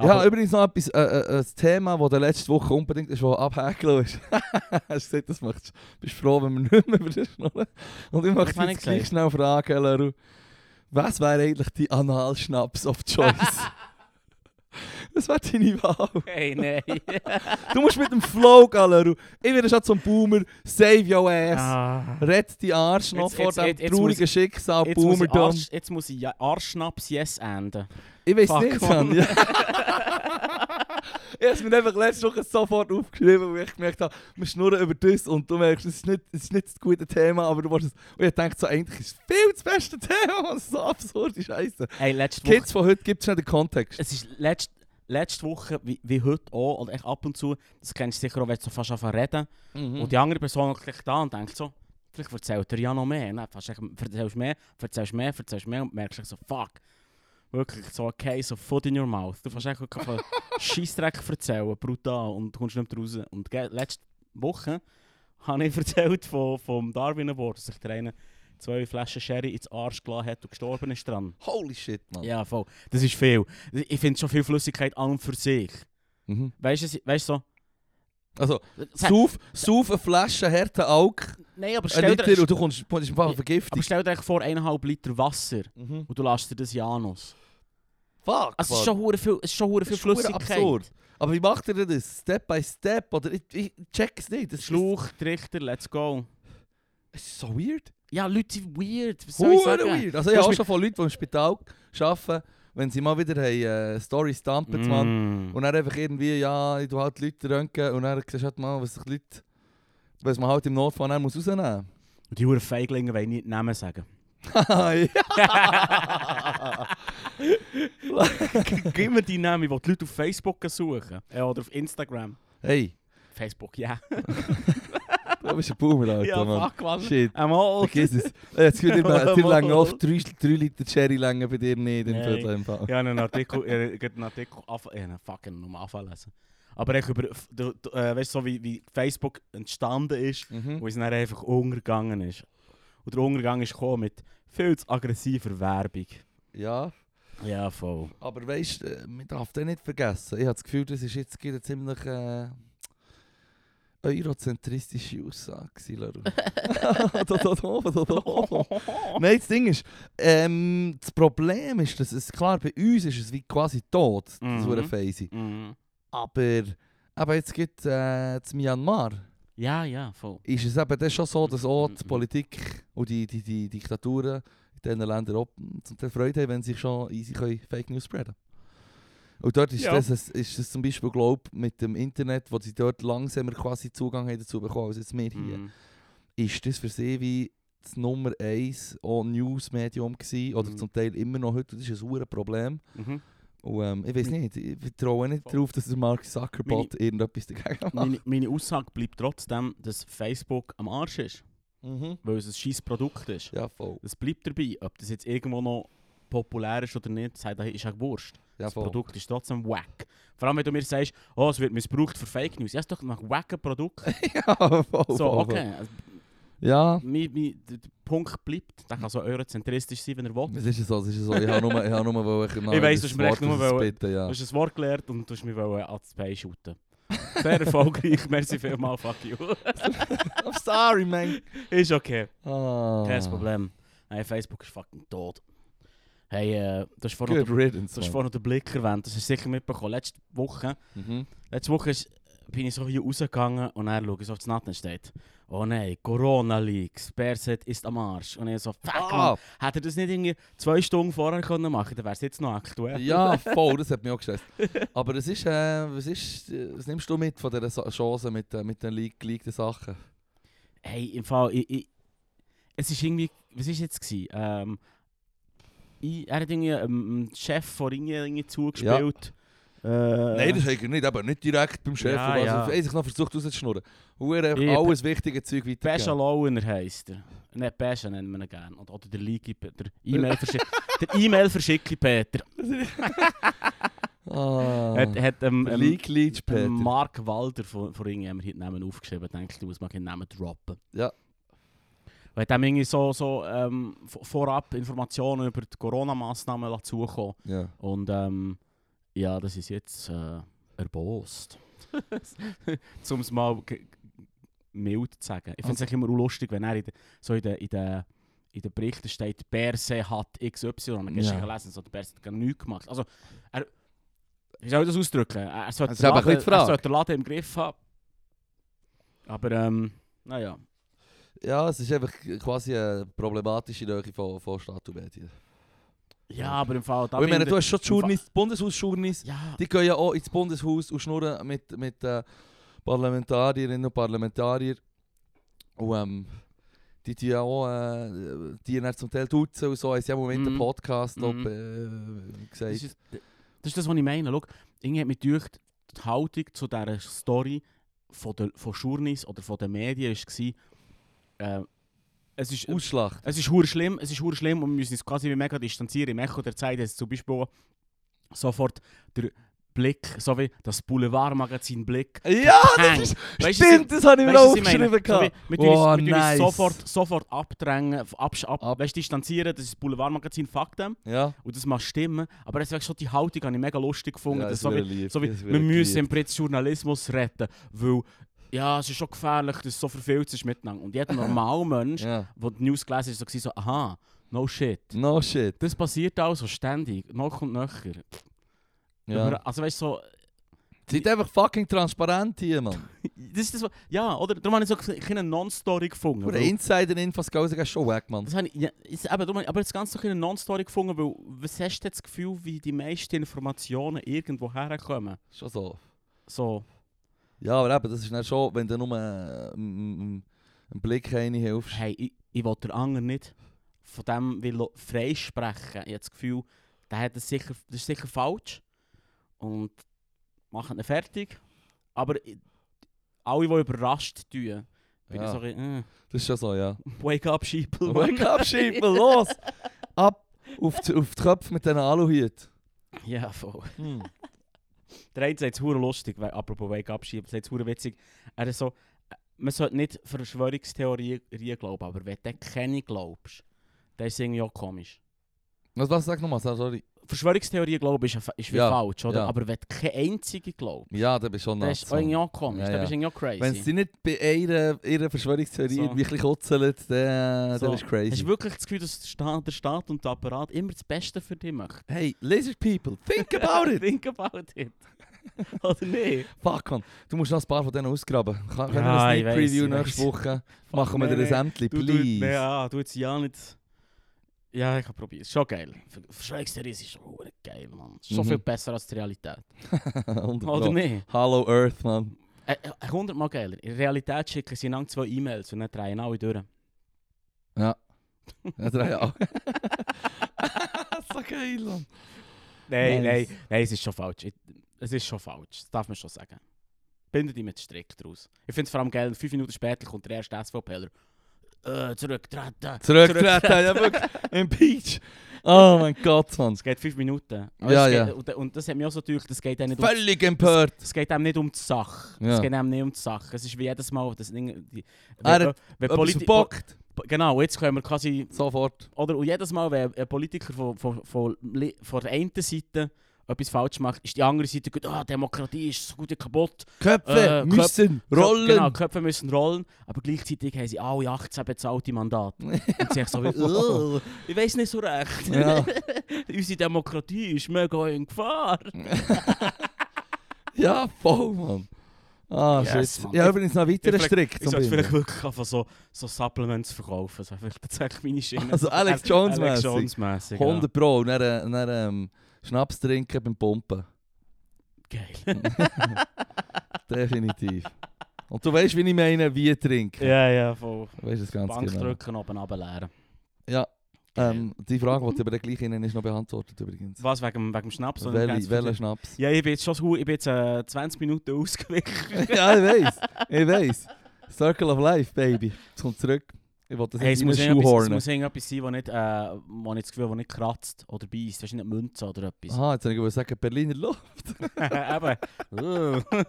Speaker 1: ja,
Speaker 2: Aber-
Speaker 1: übrigens noch etwas, äh, äh, ein Thema, das der letzte Woche unbedingt ist, das abhäkeln ist. Hast du gesagt, das machst du. Bist froh, wenn wir nicht mehr über das schnurren. Und ich möchte
Speaker 2: habe ich
Speaker 1: jetzt gleich
Speaker 2: gesagt.
Speaker 1: schnell fragen, Leru. Was wäre eigentlich die Analschnaps of Choice? das wäre deine Wahl.
Speaker 2: Hey, nein.
Speaker 1: Du musst mit dem Flow gehen, Leru. Ich werde schon zum Boomer. Save your ass.
Speaker 2: ah.
Speaker 1: Rett die Arsch noch
Speaker 2: Jetzt-
Speaker 1: vor
Speaker 2: jetzt-
Speaker 1: dem
Speaker 2: jetzt- jetzt muss
Speaker 1: traurigen
Speaker 2: ich-
Speaker 1: Schicksal,
Speaker 2: Jetzt muss, ich
Speaker 1: Boomerdom.
Speaker 2: Arsch, jetzt muss ich ja- Arschnaps Yes enden.
Speaker 1: Ich weiß
Speaker 2: Fuck,
Speaker 1: nicht,
Speaker 2: Mann.
Speaker 1: Mann. Ja. ich habe mir einfach letzte Woche sofort aufgeschrieben, weil ich gemerkt habe, wir schnurren über das und du merkst, es ist nicht, es ist nicht das gute Thema, aber du warst es. Und ich denke so, eigentlich ist es viel das beste Thema, Mann. Das ist so absurde Scheiße.
Speaker 2: Hey, letzte Woche.
Speaker 1: Kids von heute gibt es nicht den Kontext.
Speaker 2: Es ist letzt, letzte Woche, wie, wie heute auch, oder echt ab und zu, das kennst du sicher auch, wenn du so fast anfangen zu reden.
Speaker 1: Mhm.
Speaker 2: Und die andere Person gleich da und denkt so, vielleicht erzählt er ja noch mehr. Ne? Fast echt, erzählst mehr, erzählst mehr, erzählst mehr und merkst echt so, fuck. Wirklich so ein Case of Food in your mouth. Du kannst echt wirklich einen Scheissdreck erzählen, brutal, und du kommst nicht mehr raus. Und ge- letzte Woche habe ich erzählt von, vom Darwin Award, dass sich der eine zwei Flaschen Sherry ins Arsch gelassen hat und gestorben ist dran.
Speaker 1: Holy shit, Mann.
Speaker 2: Ja, voll. Das ist viel. Ich finde schon viel Flüssigkeit an und für sich.
Speaker 1: Mhm.
Speaker 2: Weißt du, weißt du
Speaker 1: Also,
Speaker 2: so? Sa-
Speaker 1: sauf, sauf eine Flasche harten Alk,
Speaker 2: Nein, aber
Speaker 1: einen
Speaker 2: stell dir,
Speaker 1: Liter und du kommst, kommst ein paar
Speaker 2: aber
Speaker 1: Vergiftung.
Speaker 2: stell dir eigentlich vor, eineinhalb Liter Wasser
Speaker 1: Mhm.
Speaker 2: und du lässt dir das Janus.
Speaker 1: Fuck,
Speaker 2: Also, es
Speaker 1: Mann.
Speaker 2: ist schon hure viel, es ist schon hure
Speaker 1: Das
Speaker 2: viel
Speaker 1: ist hure
Speaker 2: Flüssigkeit.
Speaker 1: absurd. Aber wie macht ihr das? Step by step? Oder ich, ich check es nicht. Das ist-
Speaker 2: Schluch, Trichter, let's go.
Speaker 1: Es ist so weird.
Speaker 2: Ja, Leute sind weird. Was soll ich
Speaker 1: Hure
Speaker 2: sagen?
Speaker 1: weird. Also ich habe
Speaker 2: Das
Speaker 1: auch
Speaker 2: ist
Speaker 1: schon von Leuten, die im Spital arbeiten, wenn sie mal wieder haben, äh, Story stampen, Mann.
Speaker 2: Mm.
Speaker 1: Und dann einfach irgendwie, ja, du halt die Leute röntgen und dann siehst du halt mal, was sich die Leute, was man halt im Notfall dann muss rausnehmen
Speaker 2: Und die hure Feiglinge wollen nicht die Namen sagen. Gib mir die Namen, die die Leute auf Facebook suchen. Ja, oder auf Instagram.
Speaker 1: hey,
Speaker 2: Facebook, ja.
Speaker 1: du bist ein Boomer, Alter,
Speaker 2: ja,
Speaker 1: Mann.
Speaker 2: fuck, was?
Speaker 1: Shit. dus, eh,
Speaker 2: Einmal.
Speaker 1: Vergiss es. Jetzt gibt immer, dir
Speaker 2: Mal.
Speaker 1: lange oft 3 Liter Cherry lange bei dir nicht im
Speaker 2: Nein.
Speaker 1: Viertel im Fall.
Speaker 2: Ja, einen Artikel, äh, gerade einen Artikel anfangen, äh, fucking nur mal anfangen lesen. Aber ich über, f- du, du, äh, weißt du, so wie, wie Facebook entstanden ist,
Speaker 1: Mhm.
Speaker 2: wo es dann einfach untergegangen ist. Und der Untergang ist gekommen mit viel zu aggressiver Werbung.
Speaker 1: Ja.
Speaker 2: Ja, voll.
Speaker 1: Aber weißt du, man darf den nicht vergessen. Ich habe das Gefühl, das ist jetzt gerade eine ziemlich äh, eurozentristische Aussage. gewesen, Leru. da, da, da, da, da. Nein, das Ding ist, ähm, das Problem ist, dass es klar bei uns ist es wie quasi tot,
Speaker 2: Mhm.
Speaker 1: das mhm. Phase.
Speaker 2: Mhm.
Speaker 1: Aber, aber jetzt gibt äh, zu Myanmar
Speaker 2: Ja, ja, voll.
Speaker 1: ist es eben dann schon so, dass auch die
Speaker 2: Mhm.
Speaker 1: Politik und die, die, die Diktaturen in diesen Ländern auch zum Teil Freude haben, wenn sie schon easy können Fake News spreaden Und dort ist,
Speaker 2: Ja.
Speaker 1: das, es- ist das zum Beispiel, glaube ich, mit dem Internet, wo sie dort langsamer quasi Zugang haben dazu bekommen als jetzt wir hier,
Speaker 2: Mhm.
Speaker 1: ist das für sie wie das Nummer 1 News-Medium gewesen, oder
Speaker 2: Mhm.
Speaker 1: zum Teil immer noch heute, das ist ein hohes Problem.
Speaker 2: Mhm.
Speaker 1: Und ähm, ich weiß nicht, ich vertraue nicht darauf, dass der Mark Zuckerberg irgendetwas dagegen macht.
Speaker 2: Meine, meine Aussage bleibt trotzdem, dass Facebook am Arsch ist,
Speaker 1: Mhm.
Speaker 2: weil es ein scheiß Produkt ist.
Speaker 1: Ja, voll.
Speaker 2: Das bleibt dabei. Ob das jetzt irgendwo noch populär ist oder nicht, sei dahin, ist auch Wurst.
Speaker 1: Ja,
Speaker 2: das
Speaker 1: voll.
Speaker 2: Produkt ist trotzdem wack. Vor allem, wenn du mir sagst, oh, es wird missbraucht für Fake News. Ja, es ist doch ein wacker Produkt.
Speaker 1: ja, voll, voll,
Speaker 2: so,
Speaker 1: voll.
Speaker 2: okay. Also,
Speaker 1: Ja,
Speaker 2: mein, mein, der, der Punkt bleibt. Der kann so eurozentristisch sein, wenn er will.
Speaker 1: Es ist so, es ist so. Ich habe nur, ich habe nur wollen, genau
Speaker 2: Ich weiss,
Speaker 1: das
Speaker 2: dass wir echt
Speaker 1: Wort,
Speaker 2: nur
Speaker 1: das es
Speaker 2: wollen.
Speaker 1: bitte, ja.
Speaker 2: Du hast ein Wort gelernt und du hast mich wollen an das Bein schütten. Sehr erfolgreich, merci vielmals, fuck you.
Speaker 1: I'm sorry, man.
Speaker 2: ist okay,
Speaker 1: Ah.
Speaker 2: kein Problem. Nein, Facebook ist fucking tot. Hey, äh, du hast vorhin noch
Speaker 1: Good riddance,
Speaker 2: Du hast
Speaker 1: man.
Speaker 2: vorhin den Blick erwähnt, das hast du sicher mitbekommen. Letzte Woche,
Speaker 1: Mhm.
Speaker 2: letzte Woche ist, bin ich so hier rausgegangen und er schaut, es auf das Natten steht. Oh nein, Corona-Leaks, Berset ist am Arsch. Und ich so, fuck
Speaker 1: Ah,
Speaker 2: man, hätte er das nicht irgendwie zwei Stunden vorher können machen dann wäre es jetzt noch aktuell.
Speaker 1: ja, voll, das hat mich auch gestresst. Aber es ist, äh, was ist, äh, was nimmst du mit von dieser Sa- Chance mit, äh, mit den leak- geleakten Sachen?
Speaker 2: Hey, im Fall, ich, ich, es ist irgendwie, was ist jetzt gewesen? Ähm, ich, er hat irgendwie ähm, dem Chef von Ringe irgendwie zugespielt. Äh,
Speaker 1: Nein, das eigentlich nicht, aber nicht direkt beim Chef.
Speaker 2: Ja,
Speaker 1: oder was.
Speaker 2: ja.
Speaker 1: Er hat sich noch versucht rauszuschnurren. Hure,
Speaker 2: Ich-
Speaker 1: alles wichtige Zeug
Speaker 2: Pesha
Speaker 1: weitergegeben.
Speaker 2: Launer heisst er. Nein, Pesha nennen wir ihn gerne. Oder, oder der Leaky, der E-Mail-Verschick- der E-Mail-Verschickli Peter.
Speaker 1: Ah.
Speaker 2: Hat, hat ähm,
Speaker 1: Der
Speaker 2: ähm,
Speaker 1: leak leak
Speaker 2: ähm,
Speaker 1: Peter.
Speaker 2: Mark Walder von, von Ringen haben wir hier den Namen aufgeschrieben. Denke ich, du musst mal den Namen droppen.
Speaker 1: Ja.
Speaker 2: Weil dem irgendwie so, so ähm, v- vorab Informationen über die Corona-Massnahmen lassen zukommen.
Speaker 1: Ja.
Speaker 2: Und ähm, ja, das ist jetzt äh, erbost. um es mal g- g- mild zu sagen. Ich finde es eigentlich immer lustig, wenn er in de, so in den in de, in de Berichten steht, Berse hat XY. Und dann gehst du
Speaker 1: Ja.
Speaker 2: gelesen, so, der Berse hat gar nichts gemacht. Also, er, wie soll ich das ausdrücken? Er, er sollte
Speaker 1: Das ist eben ein bisschen die
Speaker 2: er
Speaker 1: Frage.
Speaker 2: sollte den Laden im Griff haben. Aber ähm, naja.
Speaker 1: ja, es ist einfach quasi eine problematische Nähe von, von Stadt und Medien.
Speaker 2: Ja, aber im Fall... da
Speaker 1: Weil ich meine,
Speaker 2: bin
Speaker 1: du hast schon die
Speaker 2: im Fa-
Speaker 1: Journeys, die Bundeshaus-Journeys,
Speaker 2: ja,
Speaker 1: die gehen ja auch ins Bundeshaus und schnurren mit, mit äh, Parlamentarierinnen und Parlamentariern. Und ähm, die tun ja auch, äh, die dann zum Teil duzen und so, haben sie auch mit
Speaker 2: Mhm.
Speaker 1: dem Podcast ob,
Speaker 2: Mhm.
Speaker 1: äh, gesagt.
Speaker 2: Das ist, das ist das, was ich meine. Schau, irgendwie hat mich gedacht, die Haltung zu dieser Story von, der, von Journeys oder von den Medien war, äh, es ist,
Speaker 1: Ausschlacht.
Speaker 2: es ist hure schlimm, es ist hure schlimm und wir müssen uns quasi wie mega distanzieren. Im Echo der Zeit ist zum Beispiel auch sofort der Blick, so wie das Boulevardmagazin Blick.
Speaker 1: Ja, das
Speaker 2: Hang.
Speaker 1: ist,
Speaker 2: Weißt du,
Speaker 1: stimmt, das habe ich mir
Speaker 2: Weisst du,
Speaker 1: auch
Speaker 2: was ich
Speaker 1: aufgeschrieben.
Speaker 2: meine? So wie-
Speaker 1: gehabt.
Speaker 2: Wir tun uns-
Speaker 1: Oh,
Speaker 2: wir tun uns
Speaker 1: nice.
Speaker 2: sofort, sofort abdrängen, absch- ab,
Speaker 1: Ab-
Speaker 2: Weißt, du, distanzieren, das ist das Boulevardmagazin, fuck dem.
Speaker 1: Ja,
Speaker 2: Und das mag stimmen, aber deswegen schon die Haltung habe ich mega lustig gefunden.
Speaker 1: Ja,
Speaker 2: dass
Speaker 1: das
Speaker 2: so wie,
Speaker 1: wäre lieb,
Speaker 2: so wie,
Speaker 1: das wäre
Speaker 2: wir müssen
Speaker 1: lieb.
Speaker 2: im Prinzip Journalismus retten, weil ja, es ist schon gefährlich, dass so verfehlt ist miteinander. Und jeder normale Mensch, der
Speaker 1: ja.
Speaker 2: die News gelesen hat, so war so, aha, no shit.
Speaker 1: No shit.
Speaker 2: Das passiert also ständig, noch und nöcher.
Speaker 1: Ja.
Speaker 2: Aber, Also weißt du, so,
Speaker 1: Seid einfach fucking transparent hier, Mann.
Speaker 2: das ist das, was- ja, oder? Darum habe ich so keine Non-Story gefunden.
Speaker 1: Oder
Speaker 2: weil-
Speaker 1: Insider-Infos gehen schon weg, Mann.
Speaker 2: Das habe ich, ja, ist, eben, darum habe ich- aber das Ganze noch eine Non-Story gefunden, weil was hast du jetzt das Gefühl, wie die meisten Informationen irgendwo herkommen?
Speaker 1: Schon so.
Speaker 2: So.
Speaker 1: Ja, aber eben, das ist dann schon, wenn du nur äh, einen Blick rein hilfst.
Speaker 2: Hey, ich, ich will den anderen nicht von dem will freisprechen. Ich habe das Gefühl, der hat das, sicher, das ist sicher falsch. Und machen ihn fertig. Aber ich, alle, die überrascht tun, bin ich
Speaker 1: Ja. Dus
Speaker 2: so ein
Speaker 1: Das ist schon so, ja.
Speaker 2: bisschen, äh, Wake up, Sheeple.
Speaker 1: Wake up, Sheep, los! Ab auf die, auf die Köpfe mit diesen Aluhüten.
Speaker 2: Ja, voll.
Speaker 1: Hm.
Speaker 2: Der eine sagt es hure lustig, weil, apropos Wake up, Sheeple, sagt es hure witzig. Er ist so, äh, man sollte nicht Verschwörungstheorien glauben, aber wenn du keine glaubst, dann ist es irgendwie auch komisch.
Speaker 1: Was, was sag nochmal, sorry.
Speaker 2: Verschwörungstheorien glauben ist, ist wie
Speaker 1: Ja,
Speaker 2: falsch, oder?
Speaker 1: ja.
Speaker 2: Aber wenn du keine einzige glaubst,
Speaker 1: Ja, da bist du schon
Speaker 2: dann ist
Speaker 1: nass.
Speaker 2: auch irgendwie auch komisch,
Speaker 1: Ja,
Speaker 2: dann
Speaker 1: ja.
Speaker 2: bist du irgendwie auch crazy.
Speaker 1: Wenn sie nicht bei einer, ihrer Verschwörungstheorie
Speaker 2: So.
Speaker 1: irgendwie ein bisschen kutzelt, dann,
Speaker 2: So.
Speaker 1: dann ist
Speaker 2: Hast du
Speaker 1: eh, crazy.
Speaker 2: wirklich das Gefühl, dass der Staat, der Staat und der Apparat immer das Beste für dich machen?
Speaker 1: Hey, lizard people, think about it!
Speaker 2: Think about it. Oder nicht?
Speaker 1: Fuck man, du musst noch ein paar von denen ausgraben. Kann, können wir
Speaker 2: Ja,
Speaker 1: das
Speaker 2: ich
Speaker 1: nicht
Speaker 2: weiss,
Speaker 1: Preview
Speaker 2: ich
Speaker 1: nächste
Speaker 2: weiss.
Speaker 1: Woche? Machen wir
Speaker 2: nee,
Speaker 1: dir ein
Speaker 2: nee.
Speaker 1: Sämtli,
Speaker 2: Du, du,
Speaker 1: please.
Speaker 2: nee, ja, du jetzt ja nicht. Ja, ich kann probieren. Ist schon geil. Ver- Verschwörungstheorie ist schon verdammt geil, Mann. Ist So
Speaker 1: Mhm.
Speaker 2: viel besser als die Realität.
Speaker 1: Wunderbar.
Speaker 2: Oder nicht?
Speaker 1: Hallo Earth, man.
Speaker 2: Äh, äh, Hundertmal geiler. In der Realität schicken sie lang zwei E-Mails und dann drehen alle durch.
Speaker 1: Ja, drei Jahre. so geil, man.
Speaker 2: Nein,
Speaker 1: Nice.
Speaker 2: nein, nein, es ist schon falsch. Ich- Es ist schon falsch, das darf man schon sagen. Bindet ihm jetzt strikt draus. Ich finde es vor allem geil, fünf Minuten später kommt der erste SVPler. Äh, zurücktreten.
Speaker 1: Zurücktreten, ja wirklich. Impeach. Oh mein Gott, man.
Speaker 2: Es geht fünf Minuten.
Speaker 1: Ja,
Speaker 2: Aber es
Speaker 1: ja.
Speaker 2: Geht, und, und das hat mich auch so gedacht, es geht auch nicht um,
Speaker 1: Völlig empört.
Speaker 2: es geht einem nicht um die Sache.
Speaker 1: Ja.
Speaker 2: Es geht einem nicht um die Sache. Es ist wie jedes Mal, das Ding... Die,
Speaker 1: Er
Speaker 2: wenn-
Speaker 1: hat
Speaker 2: wenn
Speaker 1: Etwas
Speaker 2: Politi-
Speaker 1: verbockt.
Speaker 2: po- Genau, jetzt können wir quasi...
Speaker 1: Sofort.
Speaker 2: Oder und jedes Mal, wenn ein Politiker von, von, von, li- von der einen Seite etwas falsch macht, ist die andere Seite gut, ah, Demokratie ist so gut wie kaputt.
Speaker 1: Köpfe
Speaker 2: Äh,
Speaker 1: müssen
Speaker 2: Köp-
Speaker 1: rollen.
Speaker 2: Genau, Köpfe müssen rollen, aber gleichzeitig haben sie alle 18 bezahlte Mandate. Und sie so wie, «Ugh, ich weiß nicht so recht.
Speaker 1: Ja.
Speaker 2: Unsere Demokratie ist mega in Gefahr.
Speaker 1: Ja, voll, man. Ah,
Speaker 2: Yes,
Speaker 1: shit.
Speaker 2: Mann.
Speaker 1: Ja, übrigens noch weiter
Speaker 2: vielleicht-
Speaker 1: strikt.
Speaker 2: Ich sollte vielleicht wirklich einfach so, so Supplements verkaufen. Das wäre tatsächlich meine Schiene.
Speaker 1: Also Alex
Speaker 2: Alex
Speaker 1: Jones-mässig.
Speaker 2: Jones-mäßig.
Speaker 1: 100 Pro. Und dann, äh, dann ähm, Schnaps trinken beim Pumpen.
Speaker 2: Ja. Geil.
Speaker 1: Definitiv. Und du weißt, wie ich meine, eh, wie trinken.
Speaker 2: Ja, ja, voll.
Speaker 1: Du weißt es ganz
Speaker 2: Bank
Speaker 1: genau.
Speaker 2: drücken, oben runterleeren.
Speaker 1: Ja. Ähm, die Frage, die du aber gleich innen ist noch beantwortet übrigens.
Speaker 2: Was, wegen, wegen dem Schnaps? oder ganz-
Speaker 1: Wel- Welcher Schnaps?
Speaker 2: Ja, ich bin jetzt schon so- ich bin jetzt, äh, 20 Minuten ausgewichen.
Speaker 1: ja, ich weiß. Ich weiß. Circle of Life, Baby. Es kommt zurück. Ich wollte das
Speaker 2: Hey, es,
Speaker 1: nicht
Speaker 2: muss
Speaker 1: in den
Speaker 2: irgendetwas, es
Speaker 1: Schuhhorn.
Speaker 2: muss irgendetwas sein, wo nicht, äh, wo nicht das Gefühl, wo nicht kratzt oder beißt. Weißt du, nicht Münze oder etwas.
Speaker 1: Aha, jetzt wollte ich sagen, Berliner Luft. Oh.
Speaker 2: Eben.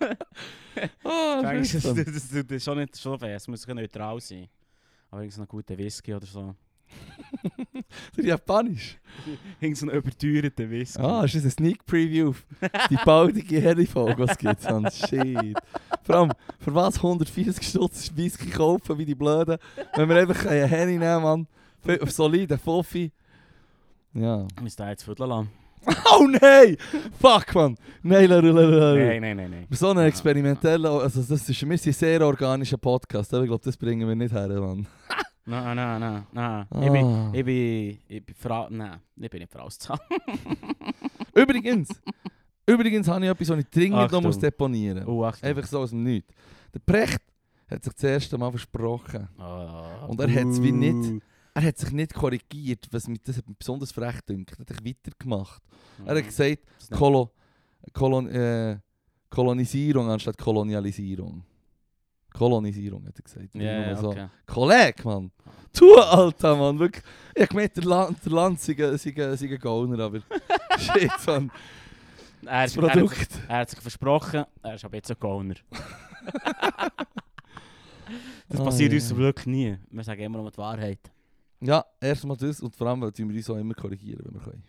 Speaker 2: Uh.
Speaker 1: Ah,
Speaker 2: das, das,
Speaker 1: scheiße.
Speaker 2: das, das ist schon nicht so weh. Es muss neutral sein. Aber irgendein guter Whisky oder so.
Speaker 1: Der Japanisch.
Speaker 2: Irgendein überteuerter Whisky.
Speaker 1: Ah, ist das eine Sneak Preview auf die baldige Harry-Folge, was gibt an? Shit. Vor allem, für was 140 Stutz Whisky kaufen, wie die Blöden, wenn wir einfach einen Harry nehmen, Mann. F- Solide, Fuffi. Ja.
Speaker 2: Ich muss da jetzt vierteln lassen.
Speaker 1: Oh nein! Fuck, Mann! Nein, la, la, la, la. la.
Speaker 2: Nein, nein, nein, nein.
Speaker 1: So ein experimenteller, also das ist, wir sind ein sehr organischer Podcast, aber ich glaube, das bringen wir nicht her, Mann.
Speaker 2: Nein, nein, nein, nein. Ich bin...
Speaker 1: Ah.
Speaker 2: Ich bin... Ich bin Frau... Nein, ich bin nicht Frau auszahlen.
Speaker 1: Übrigens, übrigens habe ich etwas, was ich dringend noch
Speaker 2: Achtung.
Speaker 1: muss deponieren
Speaker 2: Oh, echt?
Speaker 1: Einfach so aus dem Nichts. Der Precht hat sich das erste Mal versprochen.
Speaker 2: Ah.
Speaker 1: Und er hat's wie nicht-
Speaker 2: Uh.
Speaker 1: Er hat sich nicht korrigiert, was mich das hat mich besonders frech dünkt. Er hat sich weitergemacht. Er
Speaker 2: Mm.
Speaker 1: hat gesagt,
Speaker 2: Das Mhm. ist nicht-
Speaker 1: Kolo, Kolon, äh, Kolonisierung anstatt Kolonialisierung. Kolonisierung hat er gesagt.
Speaker 2: Ja, ja,
Speaker 1: Nur so.
Speaker 2: okay.
Speaker 1: Kolleg, Mann. Du, Alter, Mann. Wirklich. Ich habe gemeint, der Land, der Land sei, ein- sei, ein- sei ein Gauner, aber shit, Mann.
Speaker 2: Er
Speaker 1: Das
Speaker 2: ist- er-
Speaker 1: Produkt.
Speaker 2: Er hat sich versprochen, er ist aber jetzt ein Gauner. Das
Speaker 1: Ah,
Speaker 2: passiert
Speaker 1: ja.
Speaker 2: uns zum Glück nie. Wir sagen immer nur die Wahrheit.
Speaker 1: Ja, erstmal das und vor allem, weil wir uns auch immer korrigieren, wenn wir können.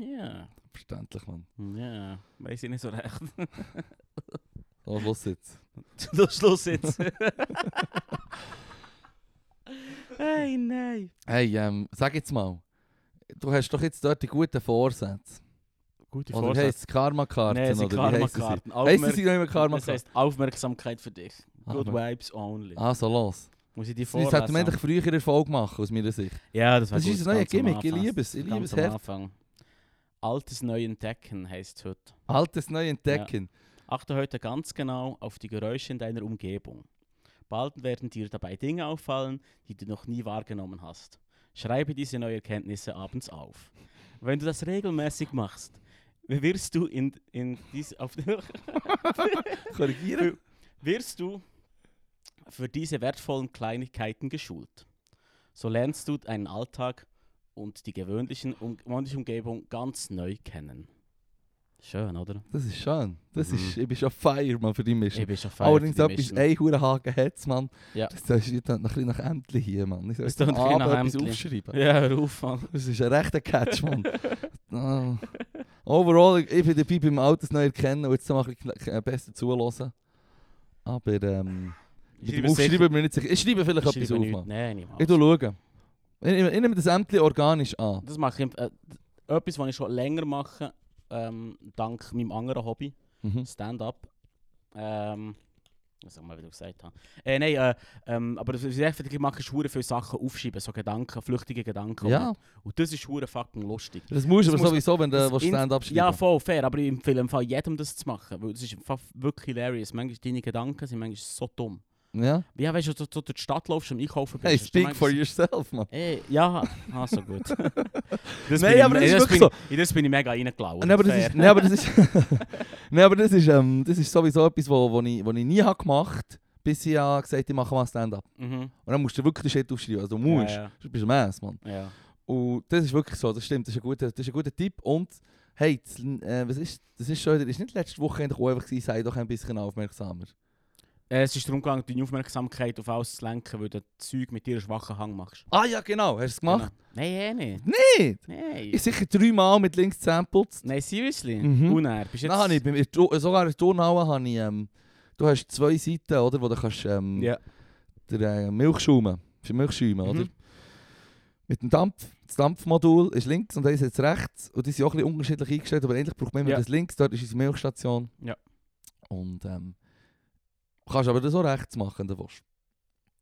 Speaker 2: Ja,
Speaker 1: Verständlich, Mann.
Speaker 2: ja. Weiß ich nicht so recht.
Speaker 1: Oh, los jetzt.
Speaker 2: Zum Schluss jetzt. hey, nein.
Speaker 1: Hey, ähm, sag jetzt mal, du hast doch jetzt dort die guten Vorsätze.
Speaker 2: Gute
Speaker 1: oder
Speaker 2: Vorsätze.
Speaker 1: heisst es Karma-Karten?
Speaker 2: Nein,
Speaker 1: oder
Speaker 2: es sind
Speaker 1: wie heissen
Speaker 2: Karma-Karten.
Speaker 1: sie? Heissen sie noch
Speaker 2: Aufmerk-
Speaker 1: immer
Speaker 2: Das
Speaker 1: Karma-Karten? Ah,
Speaker 2: heisst Aufmerksamkeit für dich. Good
Speaker 1: Aber- Ah.
Speaker 2: vibes only.
Speaker 1: Also los.
Speaker 2: Muss ich die
Speaker 1: Das hätten wir
Speaker 2: vorlesen?
Speaker 1: eigentlich früher Erfolg machen, aus meiner Sicht.
Speaker 2: Ja, das war
Speaker 1: Das ist
Speaker 2: gut,
Speaker 1: unser neuer
Speaker 2: ganz am
Speaker 1: Gimmick, ich
Speaker 2: Anfang.
Speaker 1: liebe es, ich liebe
Speaker 2: Ganz
Speaker 1: es
Speaker 2: am
Speaker 1: hart.
Speaker 2: Anfang. Altes neu entdecken heisst es heute.
Speaker 1: Altes neu entdecken.
Speaker 2: Achte heute ganz genau auf die Geräusche in deiner Umgebung. Bald werden dir dabei Dinge auffallen, die du noch nie wahrgenommen hast. Schreibe diese neuen Erkenntnisse abends auf. Wenn du das regelmäßig machst, wirst du in, in dies, auf,
Speaker 1: Korrigieren?
Speaker 2: wirst du für diese wertvollen Kleinigkeiten geschult. So lernst du deinen Alltag und die gewöhnlichen um, gewöhnliche Umgebung ganz neu kennen. Schön, oder?
Speaker 1: Das ist schön. Das ist,
Speaker 2: Mhm.
Speaker 1: ich bin schon feier, man, für die Mischung.
Speaker 2: Ich bin schon feier
Speaker 1: Allerdings
Speaker 2: für die
Speaker 1: etwas,
Speaker 2: Mission.
Speaker 1: ein Hurenhaken hat es, Mann.
Speaker 2: Ja.
Speaker 1: Das, das ist jetzt ein bisschen nach Ämtli hier, Mann. Ich soll
Speaker 2: Das
Speaker 1: jetzt am
Speaker 2: tönt ein bisschen nach
Speaker 1: Abend etwas
Speaker 2: Ämtli.
Speaker 1: aufschreiben.
Speaker 2: Ja, hör auf, Mann.
Speaker 1: Das ist ein rechter Catch, Mann. Ah. Overall, ich bin dabei beim Autos neu erkennen und jetzt noch ein bisschen äh, besser zuhören. Aber ähm, mit dem
Speaker 2: Schreibe sicher-
Speaker 1: Aufschreiben bin ich mir nicht sicher. Ich schreibe vielleicht
Speaker 2: schreibe
Speaker 1: etwas auf,
Speaker 2: nichts.
Speaker 1: Mann.
Speaker 2: Nein, niemals.
Speaker 1: Ich schaue. Ich, ich, ich nehme das Ämtli organisch an.
Speaker 2: Das mache ich, äh, etwas, was ich schon länger mache, ähm, dank meinem anderen Hobby,
Speaker 1: Mhm.
Speaker 2: Stand-up. Ähm, was soll ich mal wieder gesagt haben? Äh, nein, äh, ähm, aber das ist echt, ich mache schwere viele Sachen aufschreiben, so Gedanken, flüchtige Gedanken.
Speaker 1: Ja,
Speaker 2: Und, und das ist schwere fucking lustig.
Speaker 1: das musst du
Speaker 2: Das
Speaker 1: aber
Speaker 2: muss-
Speaker 1: sowieso, wenn du
Speaker 2: das
Speaker 1: willst
Speaker 2: in-
Speaker 1: Stand-up schreiben
Speaker 2: Ja, voll fair, aber ich empfehle im Fall jedem das zu machen, weil das ist im Fall wirklich hilarious. Manchmal deine Gedanken sind manchmal so dumm.
Speaker 1: Ja?
Speaker 2: Ja, dus weißt du, du, du durch die Stadt laufst und einkaufen bist.
Speaker 1: Hey,
Speaker 2: hast du
Speaker 1: speak for
Speaker 2: manchmal
Speaker 1: yourself, Mann.
Speaker 2: Ey, ja, ah, so gut. Das
Speaker 1: Nein,
Speaker 2: bin ich-
Speaker 1: aber das ist
Speaker 2: in
Speaker 1: wirklich Ah,
Speaker 2: bin, so. In das bin ich mega reingelaufen.
Speaker 1: Nein, aber das ist, nein, aber das ist, nein, aber das ist, ähm, das ist sowieso etwas, wo, wo, ich, wo ich nie habe gemacht habe, bis ich ja gesagt habe, ich mache mal Stand-up.
Speaker 2: Mhm.
Speaker 1: Und dann musst du wirklich den Shit aufschreiben. Also du musst.
Speaker 2: Ja,
Speaker 1: Du bist ein Dus Mess, Mann.
Speaker 2: ja. ja.
Speaker 1: Und das ist wirklich so, das stimmt. Das ist ein guter, das ist ein guter Tipp. Und hey, das, äh, was ist, das ist schon, das ist nicht letzte Woche endlich auch einfach gewesen, sei doch ein bisschen aufmerksamer.
Speaker 2: Äh, Es ist darum gegangen, deine Aufmerksamkeit auf alles zu lenken, weil du Zeug mit dir schwachen Hang machst.
Speaker 1: Ah ja, genau, hast du es gemacht?
Speaker 2: Genau. Nein, eh nicht.
Speaker 1: Nicht!
Speaker 2: Nein.
Speaker 1: Ich sicher dreimal mit links geputzt.
Speaker 2: Nein, seriously.
Speaker 1: Mhm.
Speaker 2: Unair. Bist jetzt...
Speaker 1: Dann habe ich, bei mir, sogar in der Turnhalle habe ich, ähm, du hast zwei Seiten, oder, wo du kannst, ähm,
Speaker 2: Ja.
Speaker 1: der äh, Milchschaum, für Milchschäume,
Speaker 2: Mhm.
Speaker 1: oder? Mit dem Dampf, das Dampfmodul ist links und eins jetzt rechts. Und die sind auch ein bisschen unterschiedlich eingestellt, aber eigentlich braucht man immer
Speaker 2: Ja.
Speaker 1: das links, dort ist unsere Milchstation.
Speaker 2: Ja.
Speaker 1: Und ähm, kannst aber das auch rechts machen, wenn du willst.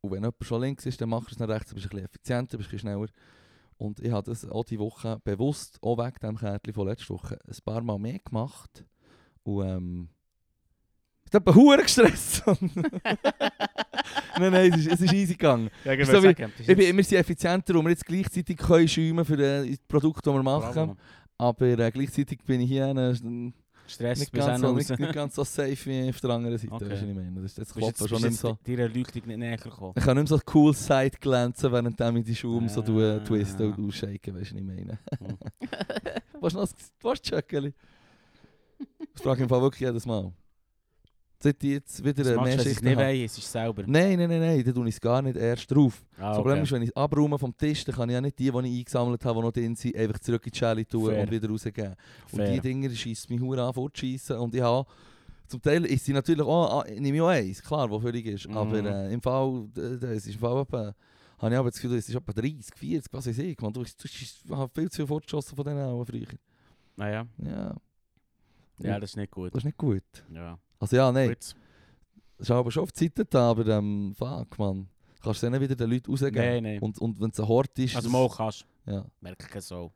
Speaker 1: Und wenn jemand schon links ist, dann machst du es nach rechts, dann bist du ein bisschen effizienter, bist ein bisschen schneller. Und ich habe das auch diese Woche bewusst, auch wegen dem Kärtchen von letzter Woche, ein paar Mal mehr gemacht. Und ähm, ich habe einen gestresst. nein, nein, es ist, es ist easy gegangen.
Speaker 2: Ja, ich
Speaker 1: so
Speaker 2: wollte
Speaker 1: wie-
Speaker 2: sagen, bist
Speaker 1: Ich
Speaker 2: jetzt-
Speaker 1: bin, wir sind effizienter und wir jetzt gleichzeitig können schäumen für äh, das Produkt, das wir machen.
Speaker 2: Bravo, Mann.
Speaker 1: Aber äh, gleichzeitig bin ich hier äh, nicht,
Speaker 2: Stress bis
Speaker 1: ganz
Speaker 2: einer
Speaker 1: so,
Speaker 2: raus.
Speaker 1: nicht, nicht ganz so safe wie auf der anderen Seite.
Speaker 2: Okay.
Speaker 1: Weißt du, was ich meine? Das ist jetzt
Speaker 2: Bist
Speaker 1: Kloppen schon
Speaker 2: jetzt, bist
Speaker 1: nicht so.
Speaker 2: jetzt deiner Leuchtung nicht näher gekommen.
Speaker 1: Ich kann nicht mehr so cool Side glänzen, während ich die Schaum so
Speaker 2: Ah.
Speaker 1: tue- twisten und ausshaken, weißt du, was ich meine?
Speaker 2: Mhm.
Speaker 1: Was noch was Chöckeli? Ich frage im Fall wirklich jedes Mal. Seit ich jetzt wieder
Speaker 2: Das
Speaker 1: äh,
Speaker 2: machst
Speaker 1: mehr
Speaker 2: du, dass es
Speaker 1: Schichten
Speaker 2: nicht
Speaker 1: habe.
Speaker 2: weh, es ist selber.
Speaker 1: Nein, nein, nein, nein, dann tue ich es gar nicht erst drauf.
Speaker 2: Ah,
Speaker 1: Das
Speaker 2: okay.
Speaker 1: Problem ist, wenn ich es abräume vom Tisch, dann kann ich ja nicht die, die ich eingesammelt habe, die noch drin sind, einfach zurück in die Schale tun
Speaker 2: Fair.
Speaker 1: und wieder rausgeben. Und
Speaker 2: Fair.
Speaker 1: die Dinger schießt mich hure an, fortschießen. Und ich habe, zum Teil ist sie natürlich auch, ah, ich nehme ich auch eins, klar, wo völlig ist.
Speaker 2: Mhm.
Speaker 1: Aber äh, im Fall, äh, das ist im Fall etwa, habe ich aber das Gefühl, es ist etwa 30, 40, was weiß ich. Man, du, du, du hast viel zu viel fortgeschossen von denen auch früher.
Speaker 2: Naja,
Speaker 1: Ja,
Speaker 2: ja, Ah, das ist nicht gut.
Speaker 1: das ist nicht gut.
Speaker 2: Ja.
Speaker 1: Also ja, nein,
Speaker 2: Gut.
Speaker 1: das ist aber schon auf die Seite da, aber ähm, fuck, man. Kannst du dann wieder den Leuten rausgeben.
Speaker 2: Nein, nein.
Speaker 1: Und, und wenn es ein Hort ist,
Speaker 2: Also
Speaker 1: das-
Speaker 2: mal kannst du,
Speaker 1: ja.
Speaker 2: merke ich so.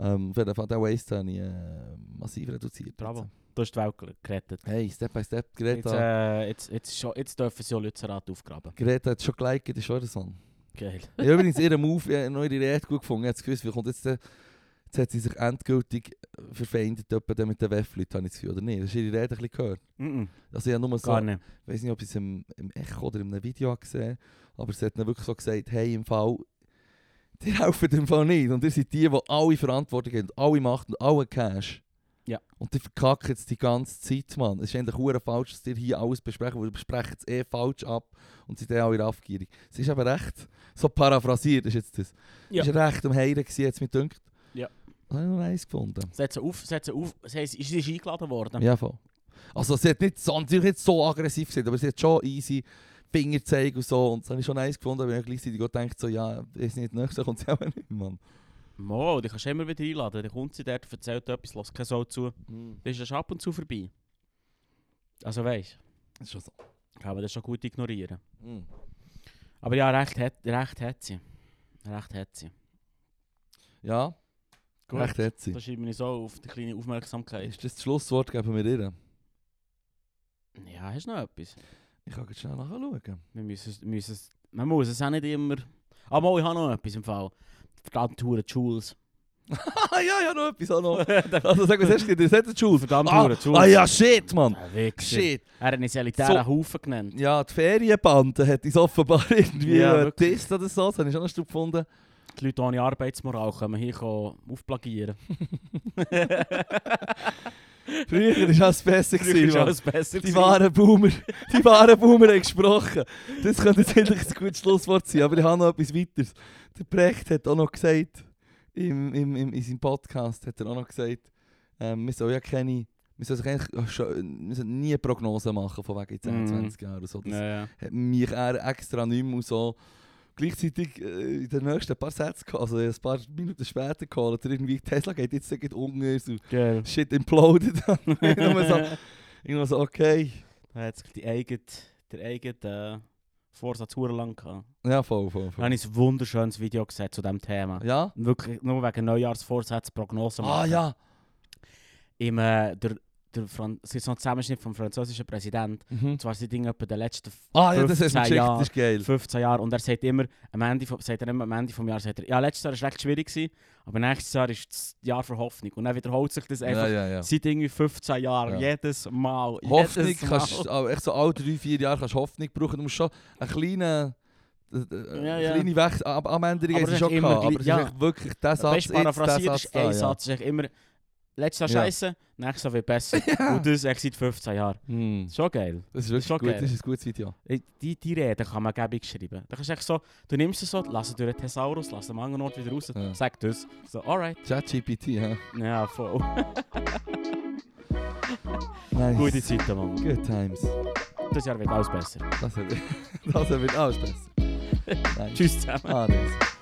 Speaker 1: Ähm, auf jeden Fall, den Waste habe ich äh, massiv reduziert.
Speaker 2: Bravo. Du hast die Welt gel- gerettet.
Speaker 1: Hey, Step by Step,
Speaker 2: Jetzt,
Speaker 1: Greta.
Speaker 2: äh, jetzt, jetzt, ist schon, jetzt dürfen sie auch Lützerath aufgraben.
Speaker 1: Greta hat schon geliked, ist schon der Song.
Speaker 2: Geil.
Speaker 1: Ich habe übrigens ihren Move, ich habe noch ihre Rede gut gefunden. Ich habe das Gefühl, wie kommt jetzt, der- jetzt hat sie sich endgültig äh, verfeindet etwa dann mit den Wef-Leuten, habe ich das Gefühl, oder nicht? Hast du ihre Rede ein bisschen gehört?
Speaker 2: Mhm.
Speaker 1: Also ich habe nur so,
Speaker 2: Gar nicht.
Speaker 1: ich weiß nicht, ob ich es im, im Echo oder in einem Video habe gesehen aber sie hat dann wirklich so gesagt, hey, im Fall, die helfen im Fall nicht. Und ihr seid die, die alle Verantwortung haben, alle Macht und alle Cash.
Speaker 2: Ja.
Speaker 1: Und die verkacken jetzt die ganze Zeit, Mann. Es ist eigentlich hure falsch, dass ihr hier alles besprechen, weil ihr besprecht es eh falsch ab und seid eh alle raffgierig. Es ist aber recht, so paraphrasiert ist jetzt das.
Speaker 2: Ja.
Speaker 1: Es ist recht am Heiren gewesen, jetzt mir dünkt.
Speaker 2: Ja.
Speaker 1: Das habe ich noch eins gefunden.
Speaker 2: Sie hat sie auf, sie hat sie auf, sie ist, sie ist eingeladen worden.
Speaker 1: Ja, voll. Also sie hat nicht so, natürlich nicht so aggressiv gesehen, aber sie hat schon easy Fingerzeig und so. Und das habe ich schon nice gefunden, aber ich habe gleichzeitig auch gedacht, so, ja, ist nicht nächste, kommt sie auch nicht, Mann.
Speaker 2: Mo, die kannst du immer wieder einladen. Dann kommt sie dort, erzählt etwas, lässt kein Soul zu. Das ist ja ab und zu vorbei. Also weißt
Speaker 1: Das ist schon so.
Speaker 2: du, kann man das schon gut ignorieren.
Speaker 1: Mhm.
Speaker 2: Aber ja, recht hat, recht hat sie. Recht hat sie.
Speaker 1: Ja, recht hat sie.
Speaker 2: Da schreibe ich so auf die kleine Aufmerksamkeit.
Speaker 1: Ist das das Schlusswort, geben wir ihr?
Speaker 2: Ja, hast du noch etwas?
Speaker 1: Ich kann jetzt schnell nachschauen.
Speaker 2: Wir müssen, es- müssen, es- man muss es auch nicht immer. Aber oh, ich habe noch etwas im Fall. Verdammt Hure Jules.
Speaker 1: ah, ja, ja, noch etwas auch noch.
Speaker 2: Verdammt
Speaker 1: Also sag, was hast du dir? Das hat der Jules.
Speaker 2: Verdammt
Speaker 1: Ah,
Speaker 2: Hure Jules.
Speaker 1: ah ja, shit, Mann.
Speaker 2: Ein Wichser.
Speaker 1: Shit.
Speaker 2: Er hat einen elitären Haufen genannt.
Speaker 1: Ja, die Ferienbande hat uns offenbar irgendwie
Speaker 2: Ja,
Speaker 1: ja,
Speaker 2: wirklich.
Speaker 1: getestet oder so. Das habe ich auch noch schnell gefunden.
Speaker 2: Die Leute ohne Arbeitsmoral können hier kommen, aufplagieren.
Speaker 1: Früher war alles besser.
Speaker 2: Früher
Speaker 1: gewesen,
Speaker 2: war
Speaker 1: Mann.
Speaker 2: alles besser.
Speaker 1: Die wahren Boomer, die wahren Boomer haben gesprochen. Das könnte jetzt eigentlich ein gutes Schlusswort sein, aber ich habe noch etwas weiteres. Der Brecht hat auch noch gesagt, im, im, im, in seinem Podcast hat er auch noch gesagt, ähm, wir sollen ja keine, wir sollen, sich eigentlich schon, wir sollen nie Prognosen machen von wegen in 10,
Speaker 2: Mhm.
Speaker 1: 20 Jahren oder so. Das
Speaker 2: Ja, ja.
Speaker 1: hat mich er extra nicht mehr und so. Gleichzeitig äh, in den nächsten paar Sätzen, geho- also ein paar Minuten später geholt, oder irgendwie Tesla geht jetzt geht unten, so
Speaker 2: Geil.
Speaker 1: shit imploded. Nur so, irgendwas so, okay.
Speaker 2: Da hat sich die eigene, der eigene äh, Vorsatz sehr lang gehabt.
Speaker 1: Ja, voll, voll,
Speaker 2: Da
Speaker 1: voll.
Speaker 2: habe ich ein wunderschönes Video gesehen zu diesem Thema.
Speaker 1: Ja?
Speaker 2: Wirklich nur wegen Neujahrsvorsätze, Prognosen
Speaker 1: Ah ja.
Speaker 2: Im, äh, der, der Fran es ist so ein Zusammenschnitt vom französischen Präsidenten.
Speaker 1: Mhm.
Speaker 2: Und zwar sind Dinge etwa der letzten
Speaker 1: Ah ja, das hast du mir
Speaker 2: 15
Speaker 1: geschickt,
Speaker 2: Jahre.
Speaker 1: das ist geil.
Speaker 2: 15 Jahre und er sagt immer, am Ende, vom- sagt er immer am Ende vom Jahr, sagt er, ja, letztes Jahr war recht schwierig, gewesen, aber nächstes Jahr ist das Jahr für Hoffnung. Und dann wiederholt sich das einfach
Speaker 1: Ja, ja, ja.
Speaker 2: seit irgendwie 15 Jahren,
Speaker 1: Ja.
Speaker 2: jedes Mal.
Speaker 1: Hoffnung
Speaker 2: jedes Mal.
Speaker 1: kannst du, also oh, echt so alle drei, vier Jahre kannst du Hoffnung brauchen. Du musst schon eine kleine, äh, äh,
Speaker 2: Ja, ja.
Speaker 1: kleine Wechsel, Ab Abänderung
Speaker 2: Aber
Speaker 1: haben sie
Speaker 2: es
Speaker 1: schon
Speaker 2: ist immer
Speaker 1: gehabt, aber es
Speaker 2: gleich-
Speaker 1: ist
Speaker 2: ja.
Speaker 1: echt wirklich der Satz,
Speaker 2: Weißt
Speaker 1: jetzt,
Speaker 2: du,
Speaker 1: der
Speaker 2: paraphrasiert
Speaker 1: Satz
Speaker 2: ist ein
Speaker 1: da, ja.
Speaker 2: Satz, ist immer, letztes Jahr
Speaker 1: Ja.
Speaker 2: scheiße, nächstes Jahr wird besser. Und das echt seit 15 Jahren.
Speaker 1: Hm.
Speaker 2: Schon geil.
Speaker 1: Das ist wirklich
Speaker 2: Schon
Speaker 1: gut,
Speaker 2: geil.
Speaker 1: das ist ein gutes Video.
Speaker 2: Ey, Die, die Reden kann man gäbig schreiben. Da kannst du echt so, du nimmst es so, lass es durch den Thesaurus, lass es am anderen Ort wieder raus,
Speaker 1: Ja.
Speaker 2: sag das. So, alright.
Speaker 1: ChatGPT, hä?
Speaker 2: Ja, voll.
Speaker 1: Nice.
Speaker 2: Gute Zeiten, Mann.
Speaker 1: Good times.
Speaker 2: Das Jahr wird alles besser.
Speaker 1: Das wird, das wird alles besser. oh, Nice.
Speaker 2: Tschüss zusammen.
Speaker 1: Ah, nice.